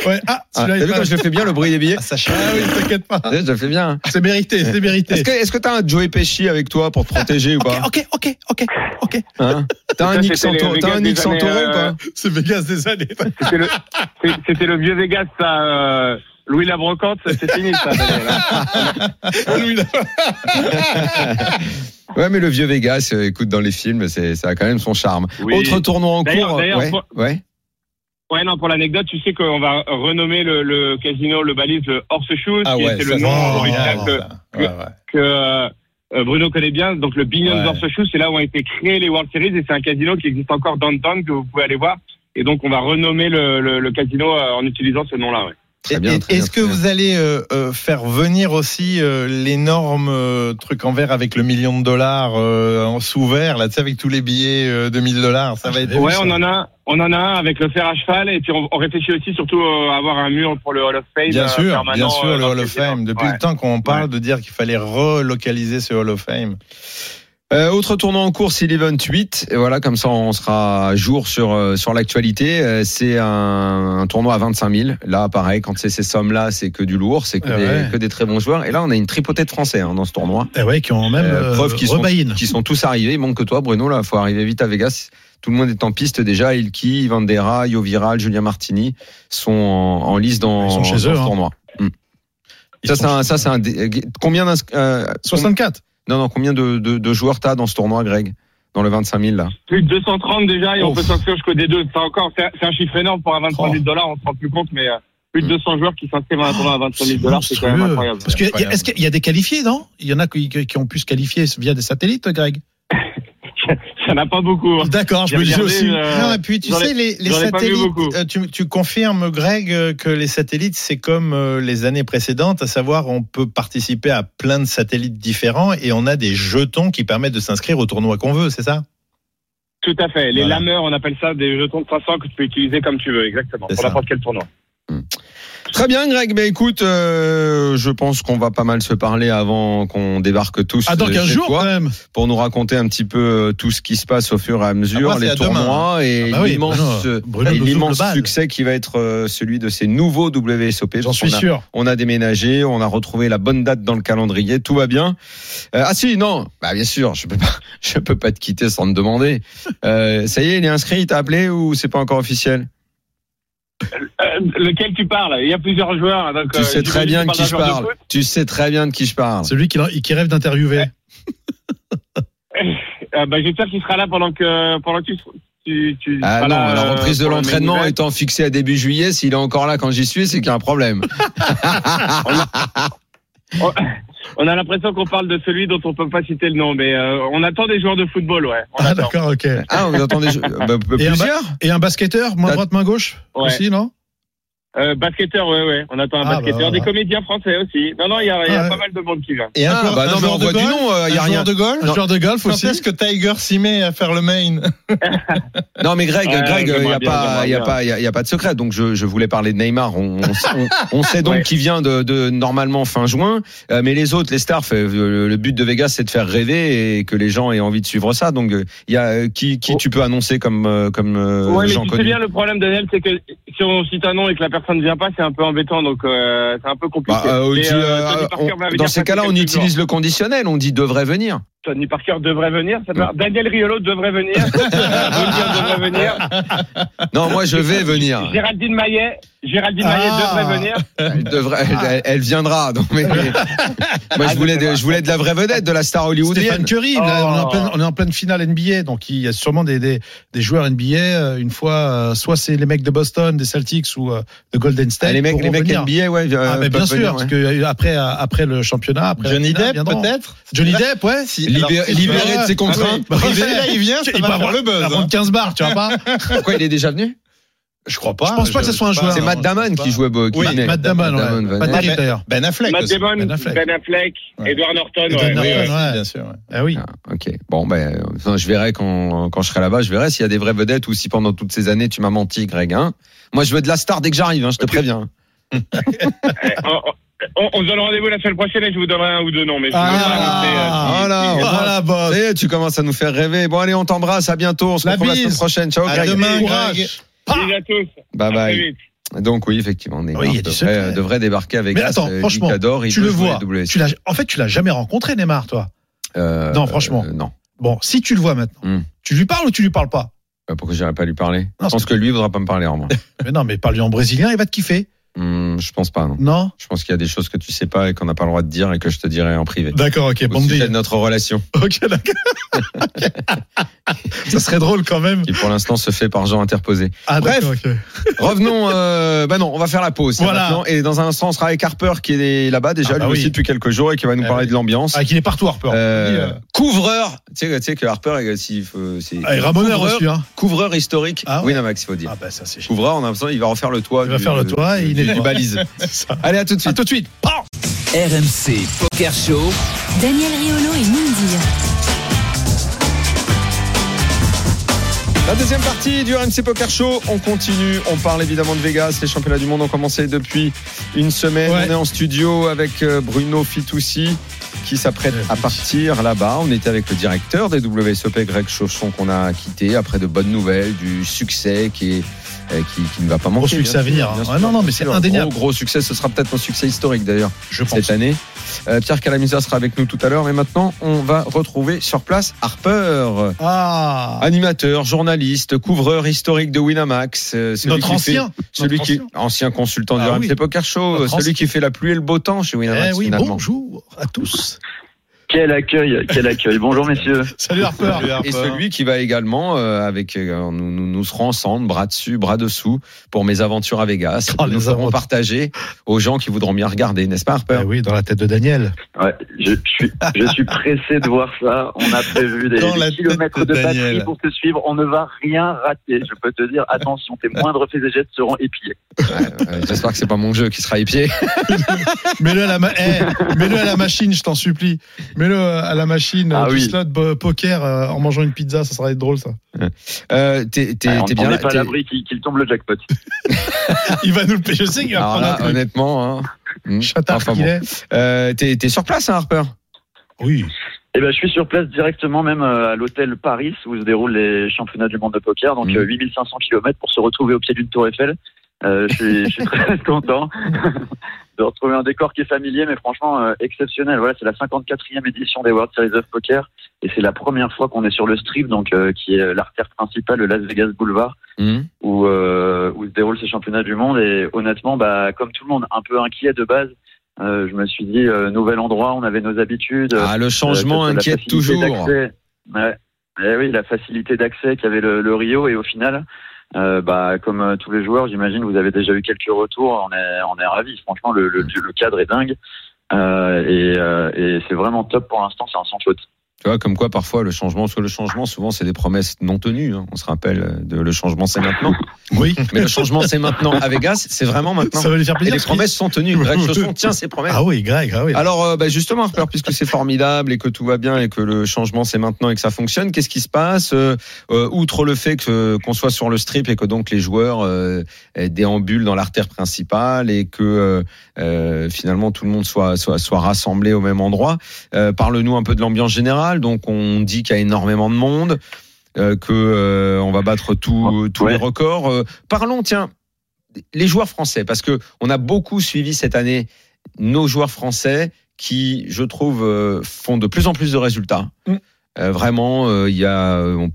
S2: Ouais, Ah,
S1: Ah,
S2: celui-là,
S1: T'as
S2: il
S1: vu
S2: passe.
S1: comme je le fais bien, le bruit des [laughs] billets
S3: Ah, Sacha
S2: Ah oui, t'inquiète pas.
S1: Je le fais bien. hein.
S2: C'est mérité, c'est
S1: Est-ce
S2: mérité.
S1: que est-ce que t'as un Joey Pesci avec toi pour te protéger ou pas
S2: Ok, ok, ok, ok.
S1: Hein T'as un
S4: Ça,
S1: Nick
S4: c'était les
S1: Santoro t'as
S4: Vegas
S1: un
S4: des
S1: Nick
S4: années,
S1: Santoro ou
S4: euh,
S1: pas
S2: C'est Vegas des années.
S4: C'était le, c'est- c'était le vieux Vegas, ça. euh, Louis Labrocante, c'est fini, ça. Daniel, hein.
S1: [laughs] Ouais, mais le vieux Vegas, euh, écoute, dans les films, c'est- ça a quand même son charme.
S4: Oui.
S1: Autre tournoi en
S4: D'ailleurs-
S1: cours.
S4: d'ailleurs,
S1: ouais,
S4: pour-
S1: ouais.
S4: Ouais, non, pour l'anecdote, tu sais qu'on va renommer le, le casino, le balise, le Horseshoe,
S3: ah
S4: qui
S3: ouais
S4: était
S3: ça,
S4: le
S3: c'est
S2: Oh,
S4: nom
S3: formidable,
S4: original que,
S3: ça. Ouais, ouais.
S4: que, euh, Bruno connaît bien. Donc, le Billion's
S3: Ouais.
S4: Horseshoe, c'est là où ont été créés les World Series et c'est un casino qui existe encore downtown que vous pouvez aller voir. Et donc, on va renommer le, le- le casino euh, en utilisant ce nom-là, ouais.
S1: Très
S3: Et-
S1: bien,
S3: et-
S1: très bien,
S3: Est-ce que
S1: très bien.
S3: vous allez euh, euh, faire venir aussi euh, l'énorme euh, truc en verre avec le million de dollars euh, en sous verre là, tu sais, avec tous les billets euh, de 1000 dollars,
S2: Ah,
S3: ça va être.
S4: Ouais, on en a, un- on en a un avec le fer à cheval et puis on, on réfléchit aussi surtout euh, à avoir un mur pour le Hall of Fame.
S3: Bien
S4: euh,
S3: sûr,
S4: permanent,
S3: bien sûr,
S4: euh,
S3: le
S4: dans
S3: Hall of
S4: casino.
S3: Fame. Depuis
S4: Ouais.
S3: le temps qu'on parle de dire qu'il fallait relocaliser ce Hall of Fame.
S1: Euh, autre tournoi en course, c'est l'Event 8. Et voilà, comme ça, on sera à jour sur, euh, sur l'actualité. Euh, c'est un, un tournoi à 25 000. Là, pareil, quand c'est ces sommes-là, c'est que du lourd, c'est que,
S2: Ah
S1: des,
S2: ouais.
S1: que des très bons joueurs. Et là, on a une tripotée de Français hein, dans ce tournoi,
S2: Eh ouais, qui ont même
S1: Euh,
S2: euh,
S1: preuve qu'ils sont-
S2: rebaïne.
S1: qui sont tous arrivés. Il manque que toi, Bruno. Là, faut arriver vite à Vegas. Tout le monde est en piste déjà. Ilki, Vandera, Io Viral, Julien Martini sont en, en lice dans,
S2: Ils sont chez
S1: dans
S2: eux,
S1: ce
S2: hein.
S1: tournoi. Mm.
S2: Ils
S1: Ça,
S2: sont
S1: c'est un,
S2: chez
S1: ça,
S2: eux.
S1: c'est un dé- euh, combien d'inscr- euh,
S2: 64.
S1: non, non, combien de, de, de joueurs t'as dans ce tournoi, Greg, dans le 25 000 là
S4: Plus de 230 déjà et on
S1: Ouf.
S4: peut s'inscrire jusqu'au D2. C'est encore, c'est un- c'est un chiffre énorme pour un 23 000 dollars, on se rend plus compte, mais euh, plus de 200 joueurs qui s'inscrivent à un tournoi à 23 000 dollars, c'est quand même
S2: monstrueux.
S4: incroyable.
S2: Parce que,
S3: Incroyable.
S2: est-ce qu'il y a des qualifiés, non Il y en a qui, qui ont pu se qualifier via des satellites, Greg
S4: Ça n'a pas beaucoup. hein.
S2: D'accord, je
S4: J'ai
S2: me le disais
S4: regardé,
S2: aussi.
S4: euh,
S3: Non, et puis tu
S4: j'en ai-
S3: sais, les, les
S4: j'en ai pas vu
S3: satellites,
S4: beaucoup.
S3: euh, tu, tu confirmes, Greg, euh, que les satellites, c'est comme euh, les années précédentes, à savoir on peut participer à plein de satellites différents et on a des jetons qui permettent de s'inscrire au tournoi qu'on veut, c'est ça
S4: Tout à fait. Les
S3: Voilà.
S4: lameurs, on appelle ça des jetons de 500 que tu peux utiliser comme tu veux, exactement.
S3: C'est
S4: Pour
S3: ça.
S4: n'importe quel tournoi.
S1: Très bien, Greg. Ben écoute, euh, je pense qu'on va pas mal se parler avant qu'on débarque tous euh,
S2: Ah, dans
S1: chez
S2: 15 jours,
S1: toi,
S2: quand même.
S1: pour nous raconter un petit peu euh, tout ce qui se passe au fur et à mesure,
S2: Ah, moi, c'est
S1: les
S2: à demain,
S1: tournois et
S2: Ah bah oui,
S1: l'immense,
S2: Bruno- Bruno
S1: et
S2: nous
S1: l'immense
S2: ouvre le bal.
S1: succès qui va être euh, celui de ces nouveaux WSOP.
S2: J'en suis
S1: On a-
S2: sûr.
S1: On a déménagé, on a retrouvé la bonne date dans le calendrier, tout va bien. Euh, ah si, non, bah bien sûr, je peux pas, [laughs] je peux pas te quitter sans te demander. Euh, ça y est, il est inscrit, il t'a appelé ou c'est pas encore officiel
S4: Euh, lequel tu parles Il y a plusieurs joueurs. Donc,
S1: Tu
S4: euh,
S1: sais très
S4: j'imagine
S1: bien
S4: que
S1: de
S4: tu
S1: qui je
S4: parles d'un joueur
S1: parle.
S4: de foot.
S1: Tu sais très bien de qui je parle.
S2: Celui qui, qui rêve d'interviewer.
S4: Euh, bah, J'espère qu'il sera là pendant que, pendant que tu, tu, tu
S1: Ah
S4: seras
S1: non,
S4: là,
S1: la
S4: euh,
S1: reprise de
S4: pour le main
S1: l'entraînement
S4: event.
S1: étant fixée à début juillet, s'il est encore là quand j'y suis, c'est qu'il y a un problème.
S4: On- Oh, [laughs] On a l'impression qu'on parle de celui dont on peut pas citer le nom, mais euh, on attend des joueurs de football, ouais. On
S2: Ah,
S4: attend.
S2: d'accord, ok.
S1: [laughs] Ah, vous entendez je- bah, bah,
S2: un
S1: plusieurs
S2: Et un basketteur, main
S1: T'as-
S2: droite, main gauche
S4: Ouais.
S2: aussi, non
S4: Euh, basketteur, ouais, ouais. On attend un
S2: Ah, bah,
S4: basketteur.
S2: voilà.
S4: Des comédiens français aussi. Non, non, il y a, il y a
S2: Ah,
S4: pas
S2: ouais.
S4: mal de monde qui vient.
S2: Et
S1: Ah, bah non, mais on voit du nom, euh, il y a
S2: un
S1: rien.
S2: joueur de golf,
S1: Non.
S2: un joueur de golf
S3: Quand
S2: aussi.
S3: est-ce que Tiger s'y met à faire le main
S1: Non, mais Greg,
S4: Ouais,
S1: Greg, il n'y
S4: j'aimerais
S1: a,
S4: bien,
S1: pas-
S4: j'aimerais
S1: y a
S4: bien.
S1: pas, y a- y a pas de secret. Donc, je, je voulais parler de Neymar. On, on,
S2: [laughs]
S1: on- on sait donc
S4: Ouais.
S1: qu'il vient de, de normalement fin juin. Euh, mais les autres, les stars, fait- euh, le but de Vegas, c'est de faire rêver et que les gens aient envie de suivre ça. Donc, euh, il y a euh, qui, qui
S4: Oh.
S1: tu peux annoncer comme, euh, comme euh,
S4: ouais, mais
S1: gens
S4: tu sais
S1: connus
S4: bien, le problème, Daniel, c'est que si on cite un nom et que la personne ne vient pas, c'est un peu embêtant, donc euh, c'est un peu compliqué.
S1: Bah, euh, on
S4: Mais,
S1: dit,
S4: euh,
S1: euh,
S4: Tony Parker
S1: on-
S4: va venir
S1: dans ces
S4: passer
S1: cas-là, on
S4: quelques jours.
S1: utilise le conditionnel. On dit devrait venir.
S4: Tony Parker devrait venir. ça peut- Daniel Riolo
S2: [laughs]
S4: devrait venir. Bonnevier devrait venir.
S1: Non,
S4: [laughs]
S1: moi, je vais venir.
S4: Géraldine Maillet, Géraldine Maillet
S2: Ah.
S4: devrait venir.
S1: Elle, devrait, elle, elle- elle viendra. Non,
S2: [laughs]
S1: mais, moi, je voulais, de, je voulais de la vraie vedette, de la star
S2: Ah, bah, Stéphane
S1: hollywoodienne.
S2: Curry,
S4: Oh.
S2: là, on, est en pleine, on est en pleine finale NBA, donc il y a sûrement des, des, des joueurs NBA, euh, une fois, euh, soit c'est les mecs de Boston, des Celtics ou euh, de Golden State.
S1: Ah, les mecs, les
S2: pourront
S1: mecs
S2: venir.
S1: NBA, ouais. euh,
S2: Ah, mais bien
S1: peuvent
S2: sûr,
S1: venir,
S2: parce
S1: ouais.
S2: que euh, après, euh, après le championnat, après la
S3: Johnny
S2: finale,
S3: Depp,
S2: viendront.
S3: peut-être
S2: Johnny Depp, ouais.
S3: Si-
S1: Libé-
S3: alors, si-
S1: libéré de ses contraintes.
S3: Ah, ouais.
S2: Privé.
S3: Là, il vient, ça
S2: Bah, Il
S3: va
S2: va
S3: faire le buzz.
S2: à
S3: hein.
S2: prendre 15 bars, tu vois pas
S1: Pourquoi il est déjà venu Bah,
S3: Je crois pas.
S2: Je pense pas que ce soit un
S3: sais
S2: joueur.
S1: C'est
S2: non,
S1: Matt
S2: je
S1: Damon
S2: pense pas.
S1: qui jouait Bo- qui
S2: Oui,
S1: venait.
S2: Matt Damon, ouais.
S1: Damon Ah,
S2: Pas de
S1: venait.
S2: Damon, d'ailleurs.
S3: Ben Affleck.
S4: Matt
S3: aussi.
S4: Damon,
S2: Ben
S4: Ben
S2: Affleck.
S4: Affleck,
S3: Ouais.
S4: Edward Norton.
S2: Et
S4: ouais,
S2: Dan
S4: oui,
S2: Norton,
S4: ouais.
S2: ouais.
S3: Bien sûr. ouais.
S2: Ah oui.
S1: Ah, ok. Bon, ben, euh, enfin, je verrai quand, quand je serai là-bas, je verrai s'il y a des vraies vedettes ou si pendant toutes ces années tu m'as menti, Greg. hein. Moi, je veux de la star dès que j'arrive, hein, je te préviens.
S4: Eh, on- On, on se donne rendez-vous la semaine prochaine et je vous donnerai un ou deux noms. Mais je vous donnerai un invité, euh,
S2: Ah,
S4: si-
S1: voilà,
S4: si-
S1: on
S2: Ah, la bosse.
S1: Ça y est, tu commences à nous faire rêver. Bon, allez, on t'embrasse, à bientôt. On se
S2: La
S1: retrouve la
S2: bise.
S1: semaine prochaine. Ciao,
S2: À
S1: euh, Greg.
S2: demain,
S1: Courage.
S2: Greg.
S4: Bisous à tous.
S1: Bye
S4: À très
S1: Ah, bye.
S4: vite.
S1: Donc oui, effectivement, Neymar
S2: Oui, il y a du
S1: devrait,
S2: secret.
S1: devrait débarquer avec
S2: Mais attends, franchement,
S1: Dicador, il
S2: Tu
S1: peut
S2: le
S1: jouer
S2: vois.
S1: WC.
S2: Tu l'as- en fait, tu l'as jamais rencontré, Neymar, toi.
S1: Euh,
S2: Non, franchement.
S1: euh, non.
S2: Bon, si tu le vois maintenant,
S1: Hmm.
S2: tu lui parles ou tu lui
S1: [laughs]
S2: parles pas
S1: Euh, Pourquoi j'irais pas lui parler Je
S2: Non,
S1: pense
S2: c'est-
S1: que lui voudra pas me parler
S2: [laughs]
S1: en moi.
S2: Mais non, mais parle-lui en brésilien, il va te kiffer.
S1: Hum, je pense pas. Non.
S2: Non
S1: Je pense qu'il y a des choses que tu sais pas et qu'on n'a pas le droit de dire et que je te dirai en privé.
S2: D'accord, ok,
S1: Au
S2: bon
S1: sujet
S2: deal.
S1: de notre relation,
S2: [laughs] Ok, d'accord. [laughs] Ça serait drôle quand même.
S1: qui pour l'instant se fait par gens
S2: [laughs]
S1: interposés.
S2: Ah,
S1: Bref.
S2: d'accord, ok.
S1: Revenons. Euh, bah non, on va faire la pause.
S2: Voilà.
S1: maintenant. Et dans un instant, on sera avec Harper qui est là-bas déjà
S2: Ah bah
S1: lui aussi
S2: oui.
S1: depuis quelques jours et qui va nous
S2: Ah
S1: parler
S2: oui.
S1: de l'ambiance.
S2: Ah, qu'il est partout, Harper.
S1: Euh, couvreur, tu sais, tu sais que Harper, euh, s'il faut- c'est
S2: Et Ramoneur
S1: couvreur,
S2: aussi, hein.
S1: couvreur historique.
S2: Ah ouais.
S1: Winamax, il faut dire.
S2: Ah, bah
S1: [laughs]
S2: ça, c'est chiant.
S1: Couvreur, on a l'impression qu'il va refaire le toit.
S2: Il va
S1: du-
S2: faire le toit et il
S1: du-
S2: est
S1: du
S2: droit.
S1: balise.
S2: [laughs] C'est ça.
S1: Allez, à tout de suite. tout de suite.
S5: RMC Poker Show.
S6: Daniel Riolo et Mindir.
S1: La deuxième partie du RMC Poker Show, on continue, on parle évidemment de Vegas, les championnats du monde ont commencé depuis une semaine,
S2: Ouais.
S1: on est en studio avec euh, Bruno Fitoussi qui s'apprête
S2: Euh,
S1: à partir là-bas, on était avec le directeur des WSOP Greg Chauchon qu'on a quitté après de bonnes nouvelles, du succès qui, est, euh, qui, qui ne va pas manquer. bien
S2: succès à
S1: sûr,
S2: venir, hein.
S1: bien sûr,
S2: Ah, non, non, mais
S1: bien
S2: c'est
S1: sûr.
S2: indéniable.
S1: Gros, gros succès, ce sera peut-être un succès historique d'ailleurs
S2: Je pense.
S1: cette année. Euh, Pierre Calamusa sera avec nous tout à l'heure, mais maintenant on va retrouver sur place Harper.
S2: Ah,
S1: Animateur, journaliste, couvreur historique de Winamax, euh, celui
S2: notre
S1: qui
S2: ancien.
S1: fait, celui
S2: Notre
S1: qui
S2: ancien.
S1: ancien consultant du
S2: Ah
S1: RMC
S2: oui.
S1: Poker Show,
S2: Notre
S1: celui
S2: ancien.
S1: qui fait la pluie et le beau temps chez Winamax
S2: Eh oui,
S1: finalement.
S2: bonjour à tous.
S7: Quel accueil, quel accueil. Bonjour messieurs.
S2: [laughs] Salut Harper.
S1: Et celui qui va également euh, avec euh, nous, nous nous serons ensemble bras dessus bras dessous pour mes aventures à Vegas
S2: Oh,
S1: que
S2: les
S1: nous avons
S2: aventures.
S1: partagé aux gens qui voudront bien regarder n'est-ce pas Harper
S2: Eh oui, dans la tête de Daniel.
S7: Ouais, je, je suis, je suis pressé de voir ça. On a prévu des,
S3: Dans
S7: des
S3: la tête
S7: kilomètres
S3: de
S7: de batterie
S3: Daniel.
S7: pour te suivre. On ne va rien rater. Je peux te dire, attention,
S3: [laughs]
S7: tes moindres faits et gestes seront épillés.
S1: Ouais, euh, J'espère que c'est pas mon jeu qui sera épié.
S2: Mets-le à, la ma- eh, mets-le à la machine, je t'en supplie. Mets-le à la machine euh,
S7: Ah
S2: du
S7: oui.
S2: slot bo- poker euh, en mangeant une pizza, ça serait drôle ça.
S1: Euh, t'es, t'es-
S7: Ah, on
S1: t'es
S7: on
S1: bien
S7: n'est
S1: là.
S7: pas à
S1: t'es-
S7: l'abri qu'il qu'il tombe le jackpot.
S2: Il va nous le payer. Je sais qu'il va
S1: Alors
S2: prendre
S1: là,
S2: un truc.
S1: Ah, honnêtement, hein. Hmm.
S2: Chatard
S1: Enfin
S2: qu'il
S1: bon.
S2: est.
S1: Euh, t'es, t'es sur place, hein, Harper
S2: Oui.
S7: Eh ben, je suis sur place directement, même euh, à l'hôtel Paris, où se déroulent les championnats du monde de poker. Donc,
S1: Mhm.
S7: euh, 8500 km pour se retrouver au pied d'une tour Eiffel. Euh, je, suis, je suis [laughs] très content de retrouver un décor qui est familier, mais franchement euh, exceptionnel. Voilà, c'est la 54e édition des World Series of Poker, et c'est la première fois qu'on est sur le Strip, donc euh, qui est l'artère principale, le Las Vegas Boulevard.
S1: Hmm.
S7: où, euh, où se déroulent ces championnats du monde. Et honnêtement, bah, comme tout le monde, un peu inquiet de base, euh, je me suis dit, euh, nouvel endroit, on avait nos habitudes.
S1: Ah, le
S7: Euh,
S1: changement
S7: que ce soit la
S1: inquiète
S7: facilité
S1: toujours.
S7: d'accès. Ouais. Eh oui, la facilité d'accès qu'avait le, le Rio et au final, euh, bah, comme euh, tous les joueurs, j'imagine vous avez déjà eu quelques retours. On est, on est ravis. Franchement, le, le, le cadre est dingue Euh, et, euh, et c'est vraiment top pour l'instant. C'est un sans faute.
S1: Tu vois, comme quoi parfois le changement, sur le changement, souvent c'est des promesses non tenues. hein. On se rappelle euh, de le changement c'est
S2: [laughs]
S1: maintenant.
S2: Oui.
S1: [laughs] Mais le changement c'est maintenant à Vegas, c'est vraiment maintenant.
S2: Ça va lui faire
S1: Et
S2: plaisir.
S1: les
S2: parce
S1: promesses sont
S2: [laughs]
S1: tenues. Greg Chausson tient ses
S2: qu'il-
S1: promesses.
S2: Ah oui, Greg. Ah oui.
S1: Alors, euh, bah, justement, Harper, puisque c'est formidable et que tout va bien et que le changement c'est maintenant et que ça fonctionne, qu'est-ce qui se passe euh, euh, Outre le fait que qu'on soit sur le strip et que donc les joueurs euh, euh, déambulent dans l'artère principale et que euh, euh, finalement tout le monde soit soit, soit rassemblé au même endroit, euh, parle-nous un peu de l'ambiance générale. Donc, on dit qu'il y a énormément de monde. Euh, que euh, on va battre tout- tous
S7: Ouais.
S1: les records. Euh, parlons, tiens, les joueurs français, parce que on a beaucoup suivi cette année nos joueurs français qui, je trouve, euh, font de plus en plus de résultats.
S2: Mm.
S1: Euh, vraiment, euh, il y a, euh, on-